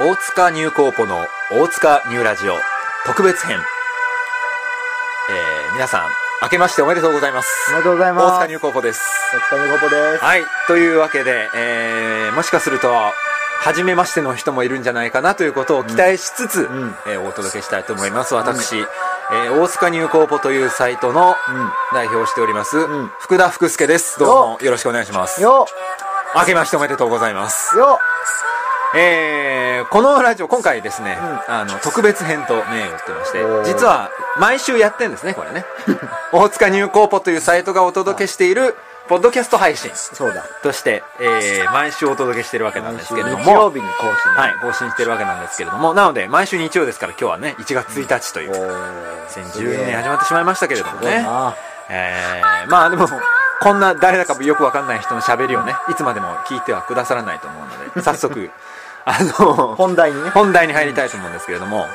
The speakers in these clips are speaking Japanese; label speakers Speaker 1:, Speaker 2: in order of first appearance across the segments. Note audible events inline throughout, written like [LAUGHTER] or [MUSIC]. Speaker 1: 大塚ニューコーポの大塚ニューラジオ特別編。えー、皆さん、明けましておめでとうございます。
Speaker 2: おめでとうございます。
Speaker 1: 大塚ニューコーポです。
Speaker 2: 大塚ニューコポです。
Speaker 1: はい、というわけで、えー、もしかすると、初めましての人もいるんじゃないかなということを期待しつつ、
Speaker 2: んうん
Speaker 1: えーお届けしたいと思います。私、えー大塚ニューコーポというサイトの代表をしております、
Speaker 2: ん
Speaker 1: 福田福助です。どうもよろしくお願いします。
Speaker 2: よ
Speaker 1: 明けましておめでとうございます。
Speaker 2: っよ
Speaker 1: えーこのラジオ今回ですね、あの特別編と銘打ってまして
Speaker 2: おー
Speaker 1: 実は毎週やってんですねこれ
Speaker 2: [LAUGHS]
Speaker 1: ね大塚ニューコーポというサイトがお届けしているポッドキャスト配信
Speaker 2: っそうだ。
Speaker 1: として、えー毎週お届けしてるわけなんですけれど
Speaker 2: 日曜
Speaker 1: も
Speaker 2: 日に更新。
Speaker 1: はい更新してるわけなんですけれどもなので毎週日曜ですから今日はね1月1日という
Speaker 2: おー。
Speaker 1: 2012年始まってしまいましたけれども
Speaker 2: すごい
Speaker 1: ね
Speaker 2: な
Speaker 1: えーまあでもこんな誰だかよくわかんない人の喋りをねいつまでも聞いてはくださらないと思うので早速あの
Speaker 2: 本題にね。
Speaker 1: 本題に入りたいと思うんですけれども、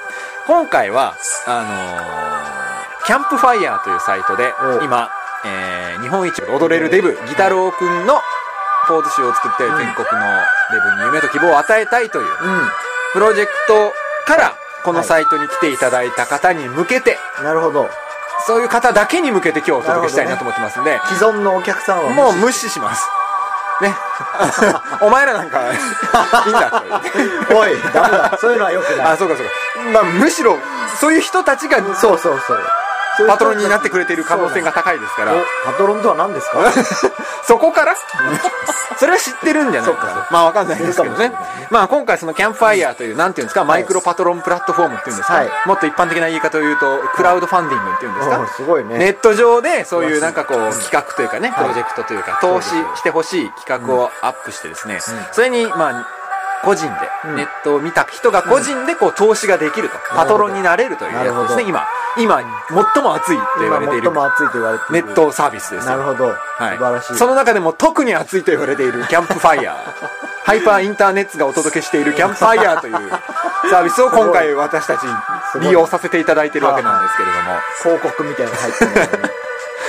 Speaker 1: 今回は、あのーキャンプファイヤーというサイトで
Speaker 2: お、
Speaker 1: 今、えー日本一踊れるデブ、ギタロウくんのポーズ集を作って、全国のデブに夢と希望を与えたいという、
Speaker 2: う
Speaker 1: プロジェクトから、このサイトに来ていただいた方に向けて、
Speaker 2: ん。なるほど。
Speaker 1: そういう方だけに向けて今日お届けしたいなと思ってますんで、
Speaker 2: 既存のお客さんは
Speaker 1: もう無視します。ね。お前らなんか、いいんだって。
Speaker 2: う、おい、ダメだ。そういうのはよくな
Speaker 1: あ、
Speaker 2: い。
Speaker 1: そうかそうか。まあ、むしろ、そういう人たちが、
Speaker 2: そうそうそう。そういう人たち
Speaker 1: パトロンになってくれている可能性が高いですか
Speaker 2: そうなん
Speaker 1: ら
Speaker 2: だ。おパトロンとは何ですか
Speaker 1: そこ [LAUGHS] からそれは知ってるんじゃないです
Speaker 2: そっ
Speaker 1: か
Speaker 2: か。
Speaker 1: まあわかんないですけど
Speaker 2: そう
Speaker 1: ね
Speaker 2: かもしれ。
Speaker 1: まあ今回そのキャンプファイヤーという、なんていうんですか、マイクロパトロンプラットフォームっていうんですか、
Speaker 2: はい
Speaker 1: もっと一般的な言い方を言うと、クラウドファンディングっていうんです
Speaker 2: う
Speaker 1: か
Speaker 2: ん。すごいね
Speaker 1: ネット上でそういうなんかこう企画というかね、プロジェクトというか、投資してほしい企画をアップしてですね、それにまあ、個人で、
Speaker 2: うん
Speaker 1: ネットを見た人が個人でこう投資ができると、パトロンになれるというやつですね、今。今、最も熱いと言われている
Speaker 2: 今最も熱いと言われてい
Speaker 1: ネ
Speaker 2: る。
Speaker 1: ッ。トサービスですよ。
Speaker 2: なるほど。
Speaker 1: はい、
Speaker 2: 素晴らしい。
Speaker 1: その中でも特に熱いと言われているキャンプファイ
Speaker 2: [LAUGHS]
Speaker 1: ヤーハイパーインターネットがお届けしているキャンプファイヤーというサービスを今回私たち
Speaker 2: すごい
Speaker 1: 利用させていただいてるわけなんですけれども
Speaker 2: 広告みたいなの入ってるのがね。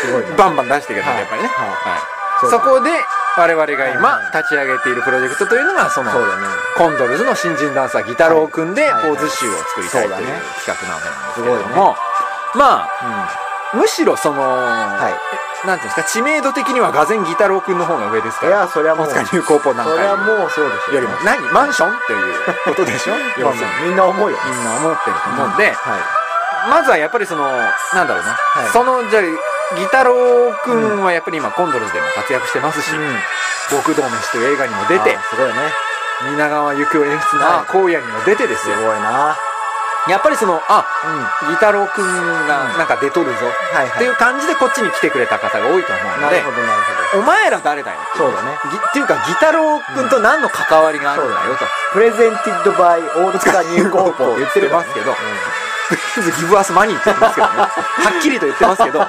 Speaker 2: すごい
Speaker 1: [LAUGHS]
Speaker 2: な。
Speaker 1: バンバン出していかないとやっぱりね、
Speaker 2: はい
Speaker 1: はい
Speaker 2: そうだ
Speaker 1: そこで我々が
Speaker 2: はい
Speaker 1: 今立ち上げているプロジェクトというのがその
Speaker 2: そうだね。
Speaker 1: コンドルズの新人ダンサーギタロウくんで
Speaker 2: はいはい
Speaker 1: ポ
Speaker 2: はい
Speaker 1: ーズ集を作りたいという
Speaker 2: そうだね
Speaker 1: 企画なわけなんです
Speaker 2: す
Speaker 1: けれ
Speaker 2: ごい
Speaker 1: ど
Speaker 2: ね。
Speaker 1: も、まあ
Speaker 2: うん。
Speaker 1: むしろその、
Speaker 2: はい。
Speaker 1: なんていうんですか知名度的にはがぜんギタロウくんの方が上ですか
Speaker 2: い
Speaker 1: ら
Speaker 2: や、そりゃもう、
Speaker 1: 大
Speaker 2: そ
Speaker 1: 塚入高校なんか
Speaker 2: りゃもうそうでしょ。
Speaker 1: よりも何マンションっていうことでし
Speaker 2: [LAUGHS]
Speaker 1: ょ要
Speaker 2: まあ
Speaker 1: するに
Speaker 2: みんな思うよ。
Speaker 1: みんな思ってると思うんで、
Speaker 2: はい。
Speaker 1: まずはやっぱりそのなんだろうな、
Speaker 2: い
Speaker 1: そのじゃあギタロウくんはやっぱり今コンドルズでも活躍してますし「極道飯」という映画にも出て
Speaker 2: あーすごいね。
Speaker 1: 蜷川幸雄演出の「
Speaker 2: はい
Speaker 1: 荒野」にも出てです
Speaker 2: す
Speaker 1: よ
Speaker 2: ごいな。
Speaker 1: やっぱりそのあ
Speaker 2: うん。は
Speaker 1: ギタロウくんがなんか出とるぞ
Speaker 2: い
Speaker 1: っ
Speaker 2: は
Speaker 1: て
Speaker 2: い。
Speaker 1: いう感じでこっちに来てくれた方が多いと思うの
Speaker 2: なる
Speaker 1: で
Speaker 2: ほどなる
Speaker 1: お前ら誰だよ
Speaker 2: ほど。そうだね。
Speaker 1: ぎっていうかギタロウくんと何の関わりがあるんだよと
Speaker 2: プレゼンティッドバイ大塚ニューコーポ
Speaker 1: 言ってますけど [LAUGHS] ギブアスマニーって言ってますけどね。はっきりと言ってますけ
Speaker 2: [LAUGHS]
Speaker 1: ど。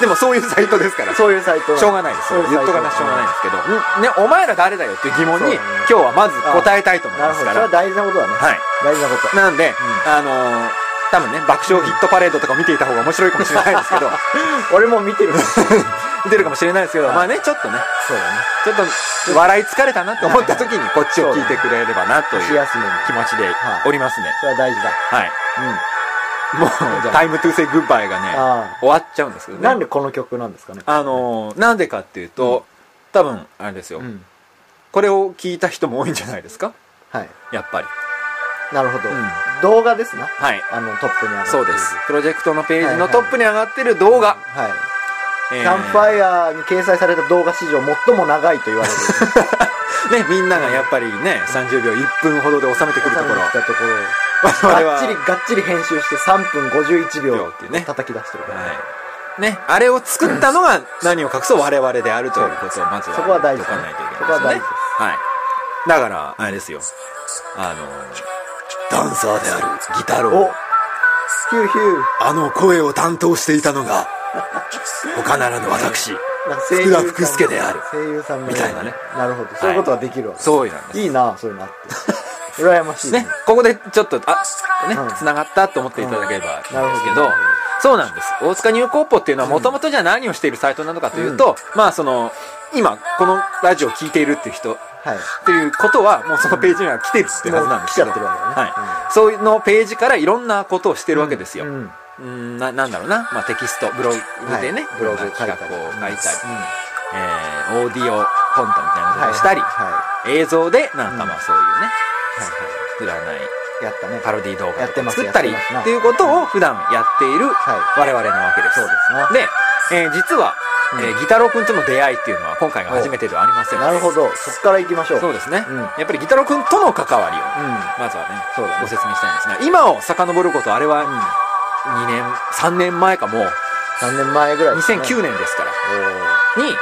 Speaker 1: でもそういうサイトですから。しょ
Speaker 2: そういうサイト。
Speaker 1: うがないです
Speaker 2: そう
Speaker 1: よ。
Speaker 2: いうサ
Speaker 1: 言
Speaker 2: イト
Speaker 1: っとかなしょうがないですけど。ね、お前ら誰だよっていう疑問
Speaker 2: そう
Speaker 1: に、
Speaker 2: ね
Speaker 1: 今日はまず答えたいと思い
Speaker 2: な
Speaker 1: ま
Speaker 2: るほ
Speaker 1: す
Speaker 2: ど。
Speaker 1: か
Speaker 2: それは
Speaker 1: ら。
Speaker 2: 大事なことだね。
Speaker 1: はい。
Speaker 2: 大事なこと。
Speaker 1: なんで、あのー、多分ね、爆笑ヒットパレードとか見ていた方が面白いかもしれないですけ
Speaker 2: [LAUGHS]
Speaker 1: ど、
Speaker 2: 俺も見てるから。そう
Speaker 1: 見てるかもしれないですけど、
Speaker 2: はい
Speaker 1: まあね、ちょっとね、
Speaker 2: だ [LAUGHS] ね。
Speaker 1: ちょっと笑い疲れたなって思った時にこっちを聞いてくれればなと
Speaker 2: 年
Speaker 1: いう
Speaker 2: 休みに。
Speaker 1: 気持ちでおりますね。
Speaker 2: それは大事だ。
Speaker 1: はい。
Speaker 2: うん。
Speaker 1: もう
Speaker 2: じゃ、あ
Speaker 1: タイムトゥーセイグッバイがね、
Speaker 2: あ
Speaker 1: 終わっちゃうんですけど
Speaker 2: あ。
Speaker 1: ね。
Speaker 2: なんでこの曲なんですかね。
Speaker 1: あのーなんでかっていうと、多分あれですよ、
Speaker 2: うん。
Speaker 1: これを聞いた人も多いんじゃないですか
Speaker 2: はい。
Speaker 1: やっぱり
Speaker 2: なるほど
Speaker 1: うん。
Speaker 2: 動画ですな。
Speaker 1: はい
Speaker 2: あの、トップにある。
Speaker 1: そうですプロジェクトのページ
Speaker 2: はいは
Speaker 1: の
Speaker 2: い
Speaker 1: トップに上がってる動画、
Speaker 2: はい。
Speaker 1: え
Speaker 2: キ
Speaker 1: ー
Speaker 2: ャンプファイヤーに掲載された動画史上最も長いと言われる。
Speaker 1: [LAUGHS] ねみんながやっぱりね30秒1分ほどで収めてくるところ
Speaker 2: 来たところ。
Speaker 1: [LAUGHS] 我々
Speaker 2: が
Speaker 1: [LAUGHS] は
Speaker 2: っちり、がっちり編集して3分51
Speaker 1: 秒
Speaker 2: 秒
Speaker 1: っていうね
Speaker 2: 叩き出してるから。
Speaker 1: はいね、あれを作ったのが何を隠そう我々であるということをまずは
Speaker 2: そこは大事
Speaker 1: 言っとかないといけないですね
Speaker 2: そこは大事です
Speaker 1: はいだからあれですよあのダンサーであるギタロ
Speaker 2: おヒューヒュー。
Speaker 1: あの声を担当していたのが、他ならぬ私。
Speaker 2: なんか声優さん
Speaker 1: 福田福助である
Speaker 2: 声優さんの
Speaker 1: みたいなね。
Speaker 2: なるほど。そういうことはできるわ。
Speaker 1: そういうなんです。
Speaker 2: いいなそういうのあって。羨ましい。
Speaker 1: ね、ここでちょっと、あ、ね
Speaker 2: うん、
Speaker 1: 繋がったと思っていただければいいん
Speaker 2: なる
Speaker 1: です
Speaker 2: ほ
Speaker 1: け
Speaker 2: ど
Speaker 1: ど、そうなんです。大塚ニューコーポっていうのはもともとじゃあ何をしているサイトなのかというと、まあその、今このラジオ聞いているっていう人
Speaker 2: はい
Speaker 1: っていうことはもうそのページには来てるってはずなんですけど、
Speaker 2: もう来ちゃってるわけだね
Speaker 1: はいそういうのページからいろんなことをしてるわけですよ、う
Speaker 2: うんん
Speaker 1: ななんだろうな、まあ、テキストブログでね、
Speaker 2: はいブログ書いたり
Speaker 1: 企画を書いたり、
Speaker 2: うん
Speaker 1: えーオーディオコントみたいなことをしたり、
Speaker 2: はいは
Speaker 1: 映像でなんかまあそういうね、
Speaker 2: いはい
Speaker 1: 占い
Speaker 2: はいやったね
Speaker 1: パロディ動画
Speaker 2: やって
Speaker 1: とか
Speaker 2: ます
Speaker 1: 作ったり
Speaker 2: やってますな
Speaker 1: っていうことを普段やっている
Speaker 2: は
Speaker 1: 我々なわけです、
Speaker 2: そうですな
Speaker 1: で、えー実は、
Speaker 2: うん
Speaker 1: えーギタロー君との出会いっていうのは今回が初めてではありません
Speaker 2: なるほどそっから行きましょう
Speaker 1: そうですね、
Speaker 2: うん
Speaker 1: やっぱりギタロー君との関わりを
Speaker 2: うん
Speaker 1: まずはね
Speaker 2: そうだね
Speaker 1: ご説明したいんですが今を遡ることあれ
Speaker 2: う
Speaker 1: は
Speaker 2: ん
Speaker 1: 2年3年前かもう
Speaker 2: 何年前ぐらいですね
Speaker 1: 2009年ですから
Speaker 2: おー
Speaker 1: に
Speaker 2: うんは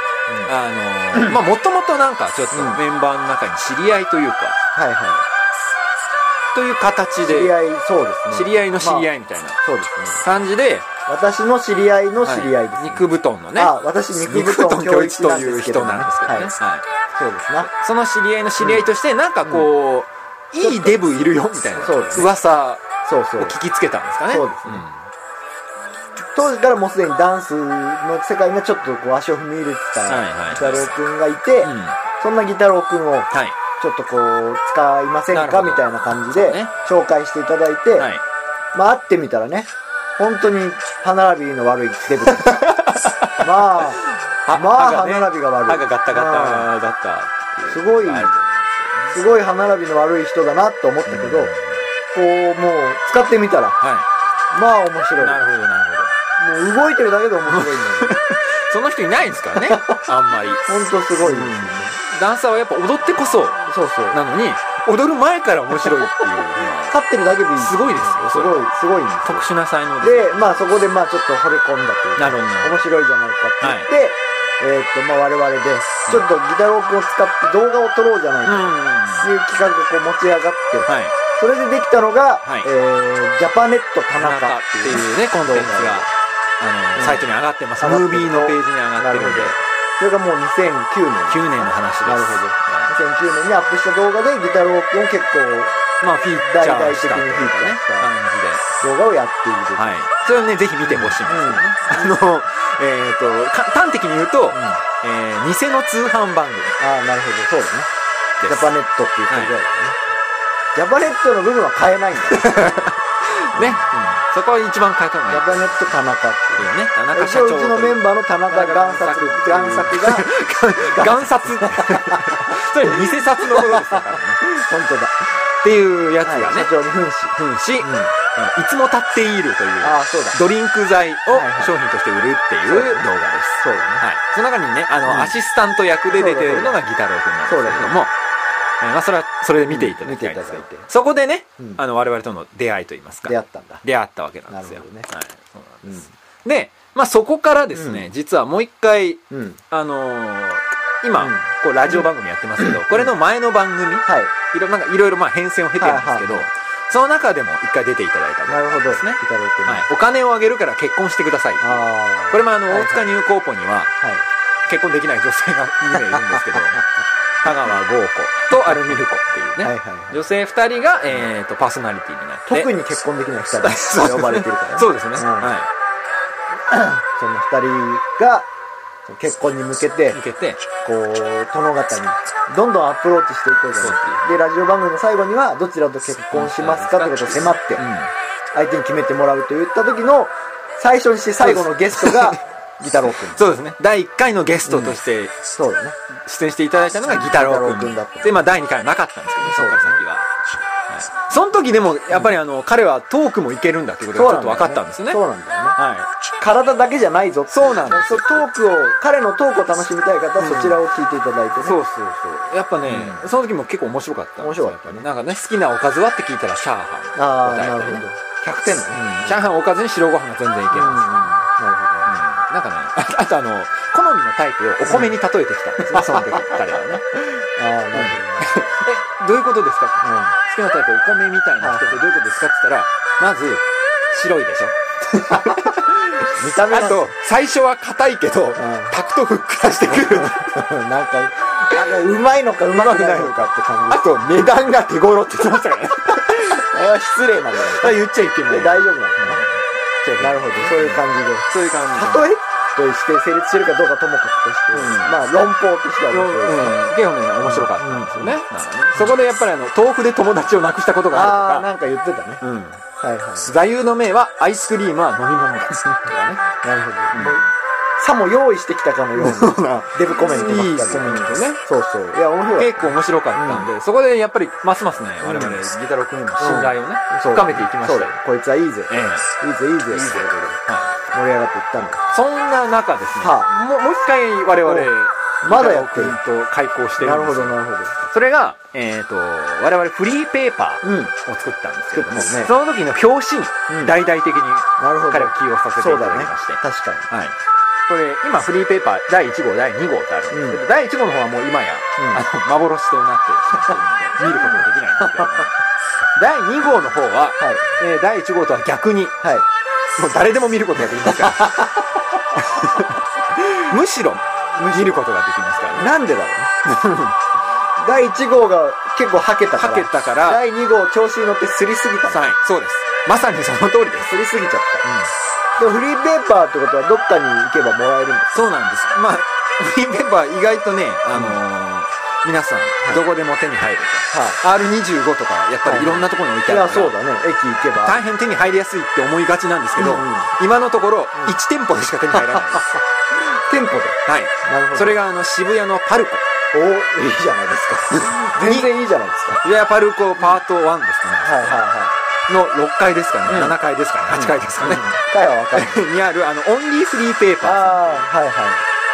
Speaker 1: あ
Speaker 2: [CLEARS THROAT]
Speaker 1: のーまあもともとなんかちょっと
Speaker 2: うん
Speaker 1: メンバーの中に知り合いというか
Speaker 2: いは
Speaker 1: という形
Speaker 2: い知り
Speaker 1: で
Speaker 2: 合いそうですね
Speaker 1: 知り合いの知り合
Speaker 2: い
Speaker 1: いみたいな
Speaker 2: そうですね
Speaker 1: 感じで
Speaker 2: 私の知り合いの知り合いですね
Speaker 1: 肉布団のね
Speaker 2: あ私肉布団
Speaker 1: 教
Speaker 2: 教
Speaker 1: 一
Speaker 2: 一
Speaker 1: と
Speaker 2: なん
Speaker 1: いう
Speaker 2: ですけ
Speaker 1: 人
Speaker 2: どね
Speaker 1: なんですけどね、
Speaker 2: はい
Speaker 1: はい
Speaker 2: そうですな
Speaker 1: その知り合いの知り合いとしてなんかこう、いいデブいるよみたいな
Speaker 2: そうですね
Speaker 1: 噂
Speaker 2: そうそ
Speaker 1: を
Speaker 2: う
Speaker 1: 聞きつけたんですかね
Speaker 2: そうですね当時からもうすでにダンスの世界にはちょっとこう足を踏み入れて
Speaker 1: はいはい
Speaker 2: たギタローくんがいて
Speaker 1: うんうん
Speaker 2: そんなギタローくんを
Speaker 1: はい
Speaker 2: ちょっとこう使いません
Speaker 1: なるほ
Speaker 2: か
Speaker 1: ど
Speaker 2: みたいな感じ
Speaker 1: そう
Speaker 2: で
Speaker 1: ね
Speaker 2: 紹介していただいて
Speaker 1: はい
Speaker 2: まあ会ってみたらね本当に歯並びの悪
Speaker 1: [LAUGHS]
Speaker 2: いデブだったまあまあ
Speaker 1: 歯が
Speaker 2: 歯
Speaker 1: ね
Speaker 2: 並びが悪い
Speaker 1: 歯がガタガ
Speaker 2: うん
Speaker 1: タだったってう
Speaker 2: すごい
Speaker 1: のがある
Speaker 2: すごい歯並びの悪い人だなと思ったけど
Speaker 1: うん
Speaker 2: こうもう使ってみたら
Speaker 1: は
Speaker 2: まあ面
Speaker 1: い
Speaker 2: 白い
Speaker 1: なるほどなるほど
Speaker 2: もう動いてるだけで面白いんだよね
Speaker 1: [LAUGHS] その人いないんですから
Speaker 2: [LAUGHS]
Speaker 1: ねあんまり
Speaker 2: ほんとすごいですね
Speaker 1: ダンサーはやっぱ踊ってこそ
Speaker 2: そうそう
Speaker 1: なのに踊る前から面白いっていうのは
Speaker 2: 勝ってるだけでいい
Speaker 1: すごいですよ
Speaker 2: す
Speaker 1: それ
Speaker 2: ごいすごいんですよ
Speaker 1: 特殊な才能で
Speaker 2: でまあそこでまあちょっと惚れ込んだという
Speaker 1: なるほ
Speaker 2: か
Speaker 1: どなるほ
Speaker 2: 面白いじゃないかって言って、えーっとまあ我々でちょっとギタロー君を使って動画を撮ろうじゃない
Speaker 1: どう
Speaker 2: か
Speaker 1: んうんうん
Speaker 2: っていう企画がこう持ち上がって、
Speaker 1: はい
Speaker 2: それでできたのが、
Speaker 1: はい
Speaker 2: えージャパネット田
Speaker 1: 田
Speaker 2: 中
Speaker 1: 中っ
Speaker 2: っ
Speaker 1: て
Speaker 2: ていう
Speaker 1: いうねコンテンツがあの、
Speaker 2: うん
Speaker 1: サイトに上がってます
Speaker 2: 上
Speaker 1: ム
Speaker 2: がってる
Speaker 1: ービーのページに上がってるので
Speaker 2: なるそれがもう2009年
Speaker 1: 9年の話です
Speaker 2: なるほど
Speaker 1: は
Speaker 2: 2009年にアップした動画でギタロー君を結構
Speaker 1: いまあフィーチャーしたというかね
Speaker 2: 大々的にフィーチャーした
Speaker 1: 感じで
Speaker 2: 動画をやっている、
Speaker 1: はいそれをねぜひ見てほしいんですよね、あのえっ、とか端的に言うと、
Speaker 2: うんあ
Speaker 1: えー偽の通販番組
Speaker 2: あなるほどそうだねジ
Speaker 1: で
Speaker 2: ャ
Speaker 1: す
Speaker 2: パネットっていう人ぐらいだね、ジャパネットの部分は変えないんだねジ
Speaker 1: ね、そこは一番変えた方がいい
Speaker 2: ャパネット田中ってい
Speaker 1: い
Speaker 2: う
Speaker 1: いよね田中
Speaker 2: 一
Speaker 1: 社
Speaker 2: 応
Speaker 1: 長
Speaker 2: うちのメンバーの田中贋作贋
Speaker 1: [LAUGHS]
Speaker 2: 作が
Speaker 1: 贋札 [LAUGHS] それ偽札のことですからね
Speaker 2: 本当だ、
Speaker 1: っていうやつ
Speaker 2: はい
Speaker 1: がね、
Speaker 2: 社長に扮し
Speaker 1: うんし、
Speaker 2: うん
Speaker 1: いつも立っているという
Speaker 2: ああそうだ
Speaker 1: ドリンク剤を
Speaker 2: はいはい
Speaker 1: 商品として売るっていう動画です。
Speaker 2: そうだね
Speaker 1: はい。その中にね、あの、
Speaker 2: うん
Speaker 1: アシスタント役で出てるのがギタロー君なんですけれど
Speaker 2: そうだ
Speaker 1: も、えーまあ、それは、それで見ていただきたいんですけ
Speaker 2: うん見てい
Speaker 1: ど
Speaker 2: ただいて
Speaker 1: そこでね
Speaker 2: うん、
Speaker 1: あの、我々との出会いといいますか、
Speaker 2: 出会ったんだ
Speaker 1: 出会ったわけなんですよ。
Speaker 2: なるほどね
Speaker 1: はい。そうなんです。で、まあ、そこからですね、
Speaker 2: うん
Speaker 1: 実はもう一回、
Speaker 2: うん
Speaker 1: あのー今、
Speaker 2: うん
Speaker 1: こう、ラジオ番組やってますけど、これの前の番組、
Speaker 2: はい
Speaker 1: いろなんかいろいろまあ変遷を経てるんですけど、
Speaker 2: はいはい
Speaker 1: その中でも一回出ていただいた
Speaker 2: なるほ
Speaker 1: ん
Speaker 2: ど
Speaker 1: で
Speaker 2: ギ
Speaker 1: すね、
Speaker 2: タロー君の、
Speaker 1: はい、お金をあげるから結婚してください
Speaker 2: ああ
Speaker 1: これもあの
Speaker 2: はいはい
Speaker 1: 大塚入高校には
Speaker 2: はい
Speaker 1: 結婚できない女性が2名い
Speaker 2: [LAUGHS]
Speaker 1: るんですけど香川豪子とアルミルコっていうね、
Speaker 2: はいはいはい
Speaker 1: 女性2人が、えー、とパーソナリティになって
Speaker 2: 特に結婚できない二人
Speaker 1: [LAUGHS] そう
Speaker 2: と呼ばれてるから、ね、
Speaker 1: [LAUGHS] そうですね、
Speaker 2: ん
Speaker 1: は
Speaker 2: その二人がその結婚に向けて
Speaker 1: い向けて
Speaker 2: こう殿方にどんどんアプローチしていこうじゃないでラジオ番組の最後にはどちらと結婚しますかってことを迫って
Speaker 1: うん
Speaker 2: 相手に決めてもらうと言った時の最初にして最後のゲストがギタロー君
Speaker 1: そうですね第1回のゲストとして
Speaker 2: そうだね
Speaker 1: 出演していただいたのがギタロー君
Speaker 2: ギタロー君だった
Speaker 1: で、まあ、第2回はなかったんですけど、そこから先は。はい、その時でも、やっぱりあの、彼はトークもいけるんだってこと
Speaker 2: そ
Speaker 1: がちょ
Speaker 2: うな
Speaker 1: っと
Speaker 2: んだよ
Speaker 1: 分かったんですね。
Speaker 2: そうなんだよね
Speaker 1: はい。
Speaker 2: 体だけじゃないぞ
Speaker 1: そうなんです
Speaker 2: そうトークを彼のトークを楽しみたい方はそちらを聞いていただいてね、
Speaker 1: うそうそう。やっぱね、その時も結構面白かったんですよ。
Speaker 2: 面白かったね
Speaker 1: なんかね、好きなおかずはって聞いたら、チャーハン
Speaker 2: あ
Speaker 1: を
Speaker 2: あ
Speaker 1: 答えた
Speaker 2: なる
Speaker 1: りね。
Speaker 2: ほど100点だね、
Speaker 1: チャーハンおかずに白ご飯が全然いけ
Speaker 2: うんうん
Speaker 1: ます。
Speaker 2: なる
Speaker 1: なんかね、ああとあの、好みのタイプをお米に例えてきたんですね、その時、彼はね。
Speaker 2: ほどああなる
Speaker 1: え、どういうことですか
Speaker 2: ほど、うん
Speaker 1: 好きなタイプお米みたいな人ってどういうことですかって言ったら、まず、白いでしょ
Speaker 2: 見た目
Speaker 1: あ
Speaker 2: が
Speaker 1: と、最初は硬いけど、タクトふっくらしてくる。
Speaker 2: なんか、あのうまいのかうまくないのかって感じ
Speaker 1: あ。と、値段が手頃って言ってましたからね。
Speaker 2: [LAUGHS] あれは失礼なんだよ。
Speaker 1: 言っちゃいけない。
Speaker 2: 大丈夫なのかななるほど、そういう感じで。
Speaker 1: そういう感じで。
Speaker 2: 例えとして成立してるかどうかともかくとして、
Speaker 1: うん
Speaker 2: まあ論法としては面白いですね、
Speaker 1: 結構ね面白かったんですよね,、そこでやっぱりあの豆腐で友達をなくしたことが
Speaker 2: あ
Speaker 1: あ
Speaker 2: あ
Speaker 1: る
Speaker 2: なんか言ってたね
Speaker 1: とかうん
Speaker 2: はいはい
Speaker 1: 座右の銘はアイスクリームは飲み物だ
Speaker 2: [LAUGHS] なるほど、さも用意してきたかのように
Speaker 1: うな
Speaker 2: デブコメントばっかり
Speaker 1: いいコメントね
Speaker 2: そうそういや面白い
Speaker 1: 結構面白かったんで、そこでやっぱりますますね我々ギタロ君への信頼をね、
Speaker 2: そう
Speaker 1: 深めていきました
Speaker 2: そう
Speaker 1: よ
Speaker 2: だよこいつはいいぜ、
Speaker 1: ええ
Speaker 2: いいぜいい
Speaker 1: いい
Speaker 2: ぜ
Speaker 1: ぜ
Speaker 2: ってこと
Speaker 1: は
Speaker 2: で盛り上がっていったの
Speaker 1: い、そんな中ですね、
Speaker 2: は
Speaker 1: もうもう一回我々ギ
Speaker 2: おま
Speaker 1: タ
Speaker 2: だや
Speaker 1: ロ
Speaker 2: って
Speaker 1: 君
Speaker 2: る
Speaker 1: と開講してる
Speaker 2: なんる
Speaker 1: です
Speaker 2: ほ
Speaker 1: よ
Speaker 2: どなるほど
Speaker 1: それが、えっ、と、我々フリーペーパー
Speaker 2: うん
Speaker 1: を作ったんですけども、
Speaker 2: 作っ
Speaker 1: そ
Speaker 2: たね
Speaker 1: の時の表紙
Speaker 2: うん
Speaker 1: に大々的に
Speaker 2: なるほど
Speaker 1: 彼を起用させてい
Speaker 2: そう
Speaker 1: ただき
Speaker 2: だね
Speaker 1: まして、
Speaker 2: 確かに
Speaker 1: はい。これ、今フリーペーパー第1号、第2号ってあるんですけど、第1号の方はもう今や、
Speaker 2: うん
Speaker 1: あの、幻となってしまってるんで、見ることができないんですけども、第2号
Speaker 2: [LAUGHS]
Speaker 1: の方は、
Speaker 2: はい
Speaker 1: えー第1号とは逆に、
Speaker 2: はい
Speaker 1: もう誰でも見ることができます [LAUGHS] から。むしろ、見ることができますからね。
Speaker 2: なんでだろうね [LAUGHS] 第1号が結構はけたから
Speaker 1: はけたから
Speaker 2: 第2号調子に乗ってすりすぎたの
Speaker 1: はい、そうです。まさにその通りです。
Speaker 2: すりすぎちゃった、でもフリーペーパーってことはどっかに行けばもらえるんです
Speaker 1: そうなんです。まあ、フリーペーパー意外とね、あのー皆さん、どこでも手に入ると。R25 とか、やっぱりいろんなところに置いて
Speaker 2: い
Speaker 1: あ
Speaker 2: や
Speaker 1: るから、
Speaker 2: そうだね駅行けば
Speaker 1: 大変手に入りやすいって思いがちなんですけど、
Speaker 2: うんうん
Speaker 1: 今のところ、1店舗でしか手に入ら [LAUGHS] ないです。
Speaker 2: 店舗で
Speaker 1: はい
Speaker 2: なるほ。ど
Speaker 1: それが、あの、渋谷のパルコ。
Speaker 2: おいいじゃないですか
Speaker 1: [LAUGHS]
Speaker 2: 全然いいじゃないですか
Speaker 1: 渋谷パルコパート1ですかね。
Speaker 2: はいはいは
Speaker 1: の6階ですかね、
Speaker 2: うん
Speaker 1: 7階ですかね、8階ですかね。
Speaker 2: いかはわかる
Speaker 1: にある、あの、オンリーフリーペーパーさん。
Speaker 2: ああはいはい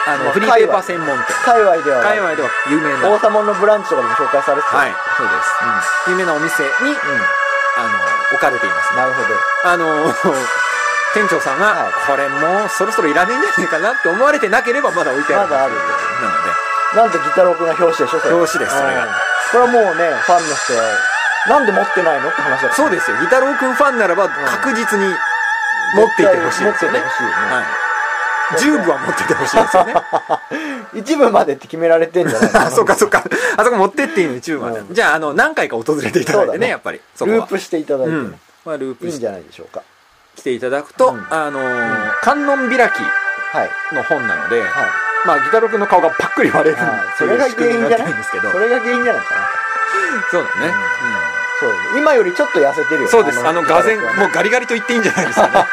Speaker 1: あ
Speaker 2: ま
Speaker 1: の、
Speaker 2: あ
Speaker 1: フリーペーパー専門店。
Speaker 2: 界隈では
Speaker 1: 界隈では有名な。
Speaker 2: 王様のブランチとかでも紹介されてた
Speaker 1: はい、そうです。有名なお店に、
Speaker 2: うん、うん、
Speaker 1: あの、置かれていますね。
Speaker 2: なるほど
Speaker 1: あの、 [LAUGHS] 店長さんが、これもうそろそろいらねえんじゃねえかなって思われてなければまだ置いてあ
Speaker 2: ま
Speaker 1: る。
Speaker 2: だあるんだ
Speaker 1: なので、
Speaker 2: なんとギタロウくんが表紙でしょそれ
Speaker 1: 表紙ですそれが
Speaker 2: うんこれはもうねファンの人はなんで持ってないのって話だ
Speaker 1: そうですよ。ギタロウくんファンならば確実に持っていてほしいですよね。
Speaker 2: 持っててほしいよね
Speaker 1: はい。10部は持っててほしいですよね。
Speaker 2: す [LAUGHS] 一部までって決められてんじゃない
Speaker 1: あ、
Speaker 2: の
Speaker 1: そうかそうか。あそこ持ってっていいの、10部まで
Speaker 2: う。
Speaker 1: じゃあ、あの、何回か訪れていただいて
Speaker 2: そうだ
Speaker 1: ね、
Speaker 2: ね
Speaker 1: やっぱり。そこは
Speaker 2: ループしていただいて
Speaker 1: う
Speaker 2: ね、
Speaker 1: ん。まあ、ループ
Speaker 2: いいん
Speaker 1: し
Speaker 2: じ
Speaker 1: て
Speaker 2: ゃないでしょうか
Speaker 1: 来ていただくと、
Speaker 2: うん
Speaker 1: あのー、観音開き
Speaker 2: はい
Speaker 1: の本なので、
Speaker 2: はい
Speaker 1: まあ、ギタロウくんの顔がパックリ割れる
Speaker 2: あー
Speaker 1: って
Speaker 2: そ
Speaker 1: い
Speaker 2: れ
Speaker 1: う
Speaker 2: が
Speaker 1: 仕組
Speaker 2: 原
Speaker 1: みにな
Speaker 2: 因
Speaker 1: って
Speaker 2: じゃない
Speaker 1: るんですけど。
Speaker 2: それが原因じゃないかな
Speaker 1: そうだね。
Speaker 2: そう今よりちょっと痩せてるよね
Speaker 1: そうです。あの、
Speaker 2: ギタ
Speaker 1: が
Speaker 2: ロウく
Speaker 1: ぜ
Speaker 2: ん
Speaker 1: ん、
Speaker 2: はね
Speaker 1: もうガリガリと言っていいんじゃないです
Speaker 2: [LAUGHS]
Speaker 1: かね。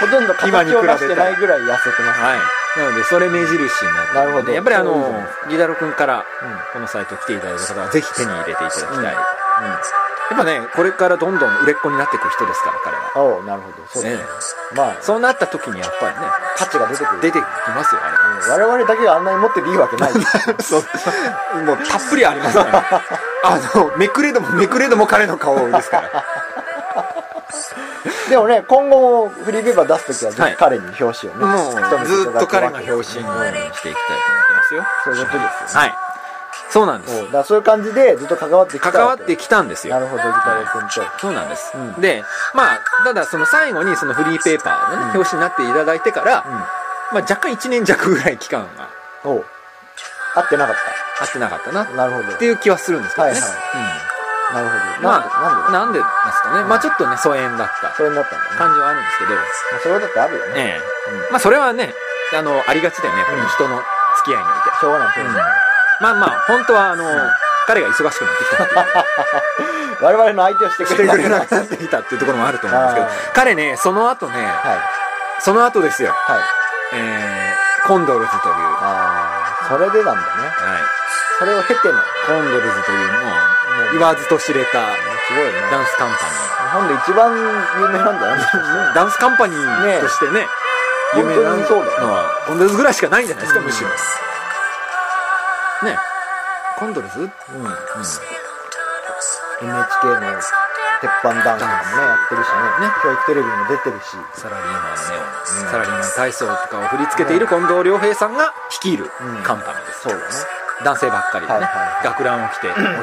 Speaker 2: ほとんど
Speaker 1: 今に
Speaker 2: 形
Speaker 1: 比べ
Speaker 2: を出
Speaker 1: たら
Speaker 2: してないぐらい痩せてます
Speaker 1: はい。なので、それ目印になってる
Speaker 2: なるほど
Speaker 1: やっぱりあの
Speaker 2: そうですね、
Speaker 1: ギダロ君から
Speaker 2: うん、
Speaker 1: このサイト来ていただいた方は、ぜひ手に入れていただきたい。
Speaker 2: うん
Speaker 1: やっぱね、これからどんどん売れっ子になっていく人ですから、彼は。
Speaker 2: おうなるほどそうだね
Speaker 1: ね
Speaker 2: まあ
Speaker 1: そうなった時にやっぱりね、
Speaker 2: 価値が出てくる
Speaker 1: 出てきますよ、あれ。
Speaker 2: うん我々だけがあんなに持ってていいわけない
Speaker 1: そう。もうたっぷりありますから。あの、めくれどもめくれども彼の顔ですから。
Speaker 2: でもね今後もフリーペーパー出す時は
Speaker 1: は
Speaker 2: ぜ
Speaker 1: い
Speaker 2: ひ彼に表紙をね、
Speaker 1: もう、ずっと彼の表紙にしていきたいと思っ
Speaker 2: うん
Speaker 1: てますよ。
Speaker 2: そういうことですよ
Speaker 1: は
Speaker 2: ね
Speaker 1: い。そうなんです
Speaker 2: そう。だからそういう感じでずっと関わってきた
Speaker 1: 関わ
Speaker 2: わ
Speaker 1: っ
Speaker 2: け
Speaker 1: てきたんですよ
Speaker 2: な。るほどギタロウくんと
Speaker 1: そうなんです。
Speaker 2: うん
Speaker 1: で、まあ、ただその最後にそのフリーペーパーの、ね
Speaker 2: うん
Speaker 1: 表紙になっていただいてから、まあ若干1年弱ぐらい期間が
Speaker 2: うんおう合ってなかっ
Speaker 1: 合ってなかったな
Speaker 2: た
Speaker 1: っ
Speaker 2: なるほど
Speaker 1: ていう気はするんですけどね。
Speaker 2: はいはい
Speaker 1: うん
Speaker 2: なるほど
Speaker 1: ま
Speaker 2: な
Speaker 1: あ、なん
Speaker 2: んでなんでだ
Speaker 1: でですかね。まあちょっとね、疎遠だった
Speaker 2: それになったんだね
Speaker 1: 感じはあるんですけど、
Speaker 2: まあそれだってあるよ
Speaker 1: ええ
Speaker 2: ね、
Speaker 1: まあそれはね、あの、ありがちだよね。やっぱり人の付き合いにおいて。
Speaker 2: しょうがないしょうがない、
Speaker 1: まあまあ、本当はあの、彼が忙しくなってきたっていう。
Speaker 2: 我々の相手をし
Speaker 1: し
Speaker 2: てく
Speaker 1: て
Speaker 2: れ
Speaker 1: くれ
Speaker 2: た [LAUGHS]
Speaker 1: なくなってきたっていうところもあると思うんですけど、彼ね、その後ね、
Speaker 2: はい
Speaker 1: その後ですよ。
Speaker 2: はい
Speaker 1: えー、コンドルズという、は
Speaker 2: ああそれでなんだ
Speaker 1: い、
Speaker 2: ねそれを経ての
Speaker 1: コンドルズというもう、言わずと知れた
Speaker 2: すごいね
Speaker 1: ダンスカン
Speaker 2: 日本で一番有名なんだよね
Speaker 1: パニー。ダンスカンパニーとしてね、有名な
Speaker 2: 本当にそうだよ
Speaker 1: のは、コンドルズぐらいしかないんじゃないですか、
Speaker 2: うん
Speaker 1: むしろ。ね、コンドルズ、うん、
Speaker 2: うん NHK の鉄板ダンスとかもねやってるしね
Speaker 1: ね
Speaker 2: 教育テレビにも出てるし
Speaker 1: サラリーマンネオ、サラリーマン体操とかを振り付けている近藤良平さんが率いる
Speaker 2: うん
Speaker 1: カンパニーです。
Speaker 2: そうだね
Speaker 1: 男性ばっかりでね、
Speaker 2: はいはい
Speaker 1: 学ランを着て踊るっ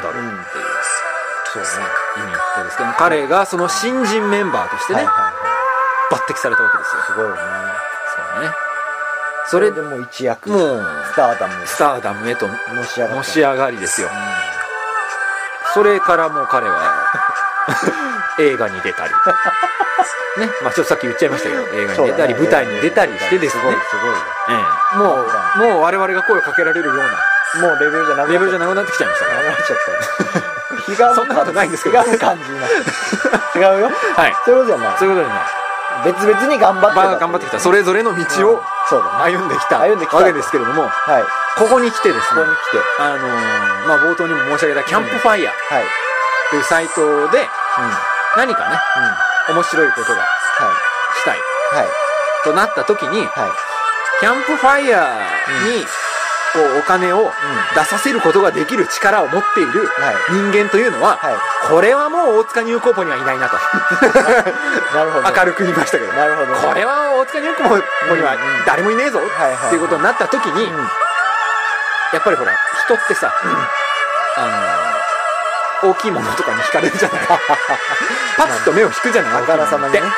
Speaker 1: ていううん
Speaker 2: そうね
Speaker 1: ユニットですけども、彼がその新人メンバーとして
Speaker 2: は
Speaker 1: ね
Speaker 2: いはい、
Speaker 1: 抜
Speaker 2: は
Speaker 1: 擢されたわけですよ。
Speaker 2: いすごいよね
Speaker 1: そうね。そ
Speaker 2: そ
Speaker 1: れ
Speaker 2: れ
Speaker 1: で
Speaker 2: でもう一躍
Speaker 1: もう、
Speaker 2: スターダムを
Speaker 1: スターダムへと
Speaker 2: のし上が
Speaker 1: の
Speaker 2: っ
Speaker 1: し上がりですよ。それからもう彼は、映画に出
Speaker 2: [LAUGHS]
Speaker 1: たり、ね、まあちょっとさっき言っちゃいましたけど、映画に出たり、
Speaker 2: そう
Speaker 1: 舞
Speaker 2: だね
Speaker 1: 台に出たりしてですね
Speaker 2: すごい、すごいわ
Speaker 1: ええもう、もう我々が声をかけられるような
Speaker 2: もうレベルじゃなくなっちゃった
Speaker 1: レベルじゃなくなってきちゃいましたから。
Speaker 2: 流れちゃった。 [LAUGHS] 気が
Speaker 1: そんなことないんですけど
Speaker 2: 違う感じに
Speaker 1: [LAUGHS]
Speaker 2: なった違うよ。
Speaker 1: はい。
Speaker 2: そういうことじゃない。
Speaker 1: そういうことでね、
Speaker 2: 別々に頑張って
Speaker 1: ま
Speaker 2: た。
Speaker 1: あ頑張ってきた、それぞれの道を
Speaker 2: そうだね。
Speaker 1: 歩んできた
Speaker 2: 歩んできた
Speaker 1: わけですけれども、
Speaker 2: はい。こ
Speaker 1: ここに来てです
Speaker 2: こ
Speaker 1: ね
Speaker 2: に、来て。
Speaker 1: あのーまあ冒頭にも申し上げたキャンプファイヤー
Speaker 2: はい。
Speaker 1: というサイトで、
Speaker 2: うん。うん。
Speaker 1: 何かね、
Speaker 2: は
Speaker 1: 面白いことがしたい
Speaker 2: い。はい。
Speaker 1: となった時に、
Speaker 2: はい。
Speaker 1: キャンプファイヤーに、こう、お金を出させることができる力を持っている
Speaker 2: はい。
Speaker 1: 人間というのは、
Speaker 2: はい。
Speaker 1: これはもう大塚入高ポにはいない
Speaker 2: [LAUGHS]
Speaker 1: なと、
Speaker 2: なるほど。
Speaker 1: 明るく言いましたけど、こ
Speaker 2: なるほど。
Speaker 1: れは大塚入高ポには誰もいねえぞ
Speaker 2: はいはい。
Speaker 1: っていうことになった時に、
Speaker 2: うん。
Speaker 1: やっぱりほら、人ってさ、あのー、大きいものとかに惹かれるじゃ
Speaker 2: [LAUGHS]
Speaker 1: ないパッと目を引くじゃない
Speaker 2: あからさまにね。うん。